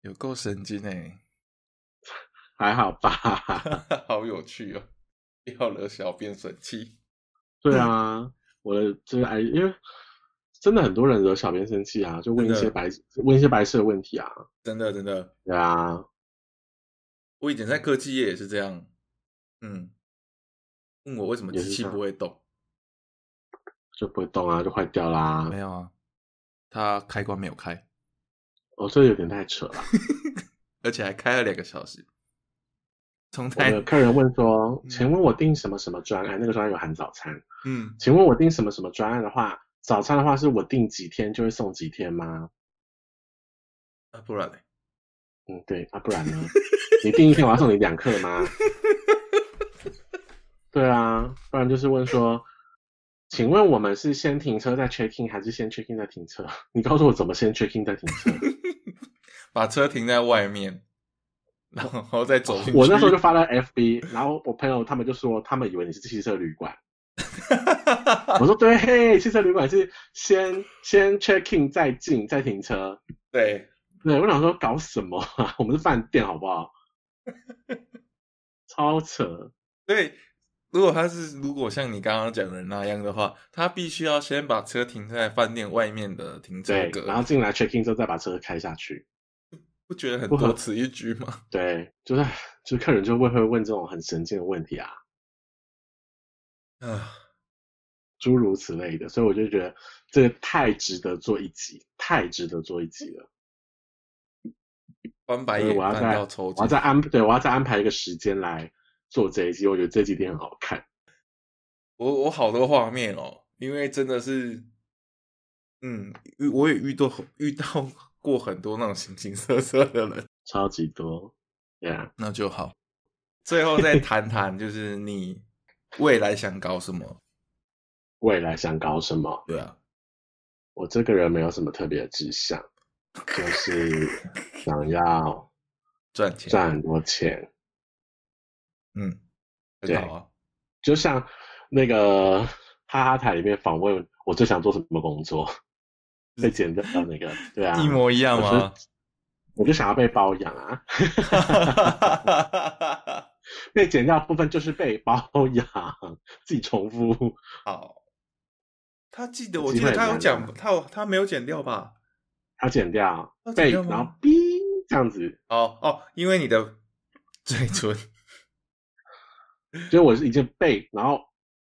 Speaker 4: 有够神经哎、
Speaker 2: <laughs>
Speaker 1: 欸
Speaker 2: 还好吧？
Speaker 1: <laughs> 好有趣哦！不要惹小编生气。
Speaker 2: 对啊，我的这个哎，因为真的很多人惹小编生气啊，就问一
Speaker 1: 真的
Speaker 2: 些白问一些白痴的问题啊。
Speaker 1: 真的，真的，
Speaker 2: 对啊，
Speaker 1: 我以前在科技业也是这样。嗯，问我为什么机器不会动？
Speaker 2: 就不会动啊，就坏掉啦
Speaker 4: 没。有啊，它开关没有开，
Speaker 2: 哦，这有点太扯了。
Speaker 4: 而且还开了两个小时。从
Speaker 2: 我
Speaker 4: 台
Speaker 2: 的客人问说
Speaker 4: 哎嗯：“
Speaker 2: 请问我订什么什么专案？那个专案有含早餐。
Speaker 4: 嗯，
Speaker 2: 请问我订什么什么专案的话，早餐的话是我订几天就会送几天吗？
Speaker 1: 啊，不然呢？
Speaker 2: 嗯，对啊，不然呢？你订一天我要送你两克吗？对啊，不然就是问说，请问我们是先停车再 check in，还是先 check in 再停车？你告诉我怎么先 check in 再停车？
Speaker 1: 把车停在外面，然后再走进去。
Speaker 2: 哦我那时候就发了 FB，然后我朋友他们就说，他们以为你是汽车旅
Speaker 1: <laughs>
Speaker 2: 馆。我说对，汽车旅馆是先先 check in 再进再停车。
Speaker 1: 对，
Speaker 2: 对，我想说搞什么啊？ <laughs> 我们是饭店好不好？超扯。
Speaker 1: 所以如果他是如果像你刚刚讲的那样的话，他必须要先把车停在饭店外面的停车
Speaker 2: 对，然后
Speaker 1: 格，
Speaker 2: 进来 check in 之后再把车开下去。
Speaker 1: 不觉得很
Speaker 2: 不合
Speaker 1: 多此一举吗？ <sighs>
Speaker 2: 对，就是就是客人就会会问这种很神经的问题啊，
Speaker 1: 啊，
Speaker 2: 诸如此类的，所以我就觉得这个太值得做一集，太值得做一集了。
Speaker 1: 翻白
Speaker 2: 所以
Speaker 1: 眼
Speaker 2: 我要
Speaker 1: 翻
Speaker 2: 再
Speaker 1: 到抽
Speaker 2: 我要
Speaker 1: 筋。
Speaker 2: 再安对我要再安排一个时间来做这一集，我觉得这几天很好看。
Speaker 1: 我我好多画面哦，因为真的是，嗯，遇我也遇到遇到过很多那种形形色色的人。
Speaker 2: 超级多。对啊，
Speaker 4: 那就好。
Speaker 1: 最后再谈谈，就是你未来想搞什么？
Speaker 2: 未来想搞什么？
Speaker 1: 对啊，
Speaker 2: 我这个人没有什么特别的志向，
Speaker 4: <laughs>
Speaker 2: 就是想要
Speaker 1: 赚钱，
Speaker 2: 赚很多钱。
Speaker 1: 嗯，很
Speaker 2: 对
Speaker 1: 好啊。
Speaker 2: 就像那个哈哈台里面访问我最想做什么工作，被剪掉那个，对啊，
Speaker 4: <laughs> 一模一样吗？
Speaker 2: 我就想要被包养啊，被剪掉的部分就是被包养，自己重复。
Speaker 1: <laughs> 好，他记得，我
Speaker 2: 机
Speaker 1: 记
Speaker 2: 会
Speaker 1: 得他有
Speaker 2: 很难
Speaker 1: 讲，
Speaker 2: 啊
Speaker 1: 他有他没有剪掉吧？
Speaker 2: 要剪掉
Speaker 1: 要，剪
Speaker 2: 被
Speaker 1: 掉吗
Speaker 2: 然后哔这样子，
Speaker 1: 哦哦，因为你的嘴
Speaker 2: <laughs>
Speaker 1: 唇，
Speaker 2: 就是我是已经被，然后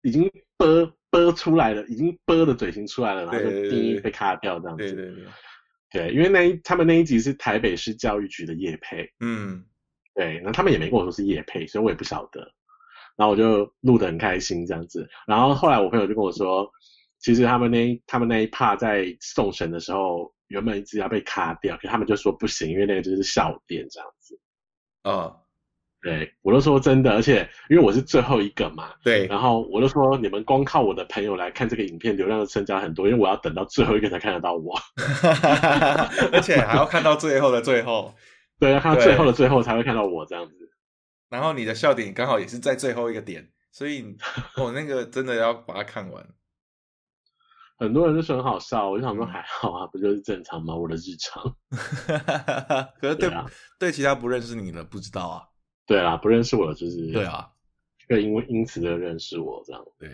Speaker 2: 已经啵啵出来了，已经啵的嘴型出来了，然后就
Speaker 1: 对对对对
Speaker 2: 哔被卡掉这样子。
Speaker 1: 对对对，
Speaker 2: 对因为那一他们那一集是台北市教育局的业配，
Speaker 1: 嗯，
Speaker 2: 对，那他们也没跟我说是业配，所以我也不晓得。然后我就录得很开心这样子。然后后来我朋友就跟我说，其实他们那一他们那一 part 在送审的时候，原本一直要被卡掉，可是他们就说不行，因为那个就是笑点这样子。
Speaker 1: 哦，
Speaker 2: 对我都说真的，而且因为我是最后一个嘛，
Speaker 1: 对，
Speaker 2: 然后我就说，你们光靠我的朋友来看这个影片，流量增加很多，因为我要等到最后一个才看得到我。
Speaker 1: <laughs>
Speaker 2: <laughs>
Speaker 1: 而且还要看到最后的最后，
Speaker 2: 对，要看到
Speaker 1: 对
Speaker 2: 最后的最后才会看到我这样子。
Speaker 1: 然后你的笑点刚好也是在最后一个点，所以
Speaker 2: <laughs>
Speaker 1: 你哦，那个真的要把它看完。
Speaker 2: 很多人就说很好笑，我就想说
Speaker 1: 嗯
Speaker 2: 还好啊，不就是正常吗？我的日常。 <laughs>
Speaker 1: 可是对
Speaker 2: 对啊
Speaker 1: 对其他不认识你的不知道啊，
Speaker 2: 对啦，不认识我的就是
Speaker 4: 对，啊，
Speaker 2: 就因为因此的认识我这样，
Speaker 4: 对，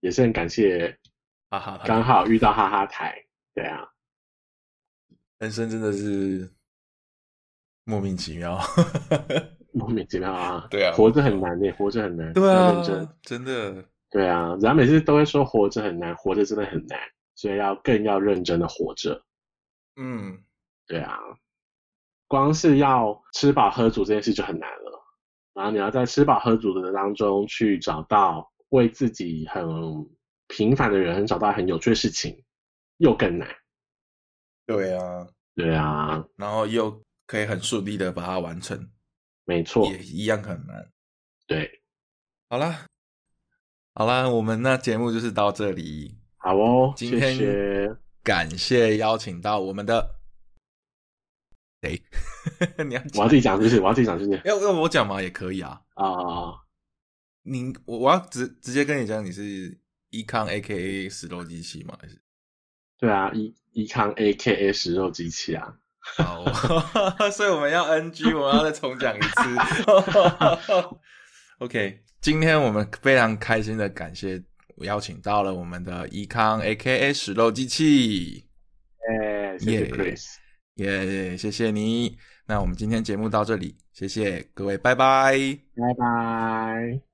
Speaker 2: 也是很感谢，
Speaker 4: 哈哈哈，
Speaker 2: 刚好遇到哈哈台。对啊，
Speaker 4: 人生真的是莫名其
Speaker 2: <laughs>
Speaker 4: 妙。
Speaker 2: 莫名其妙啊，
Speaker 1: 对啊
Speaker 2: 活着很难耶，活着很难，
Speaker 1: 对
Speaker 2: 要
Speaker 1: 啊
Speaker 2: 认真。，
Speaker 1: 真的，
Speaker 2: 对啊，人家每次都会说活着很难，活着真的很难，所以要更要认真的活着。
Speaker 1: 嗯，
Speaker 2: 对啊，光是要吃饱喝足这件事就很难了，然后你要在吃饱喝足的当中去找到为自己很平凡的人找到很有趣的事情，又更难。
Speaker 1: 对啊，
Speaker 2: 对啊，
Speaker 1: 然后又可以很顺利的把它完成，
Speaker 2: 没错
Speaker 1: 也，一样很难。
Speaker 2: 哦对，
Speaker 1: 好啦，
Speaker 4: 好啦，我们那节目就是到这里，
Speaker 2: 好哦，
Speaker 4: 今
Speaker 2: 谢
Speaker 4: 天
Speaker 2: 谢。
Speaker 1: <laughs>
Speaker 4: 感谢邀请到我们的谁？
Speaker 3: 你要
Speaker 2: 我要
Speaker 3: 讲
Speaker 2: 自己讲，就是我要自己讲，就是
Speaker 1: 要要我讲嘛也可以啊。
Speaker 2: 啊、
Speaker 1: 你我我要直直接跟你讲，你是伊康 A K A 石头机器嘛？还
Speaker 2: <laughs>
Speaker 1: 是
Speaker 2: 对啊，伊伊康 A K A 食肉机器啊，
Speaker 1: 好， <laughs> 所以我们要 NG，我们要再重讲一次。OK，今天我们非常开心的感谢邀请到了我们的伊康 A K A 石头机器。
Speaker 2: 哎、谢谢
Speaker 1: Yeah
Speaker 2: Chris，
Speaker 1: 耶、谢谢你。那我们今天节目到这里，谢谢各位，拜拜。
Speaker 2: 拜拜。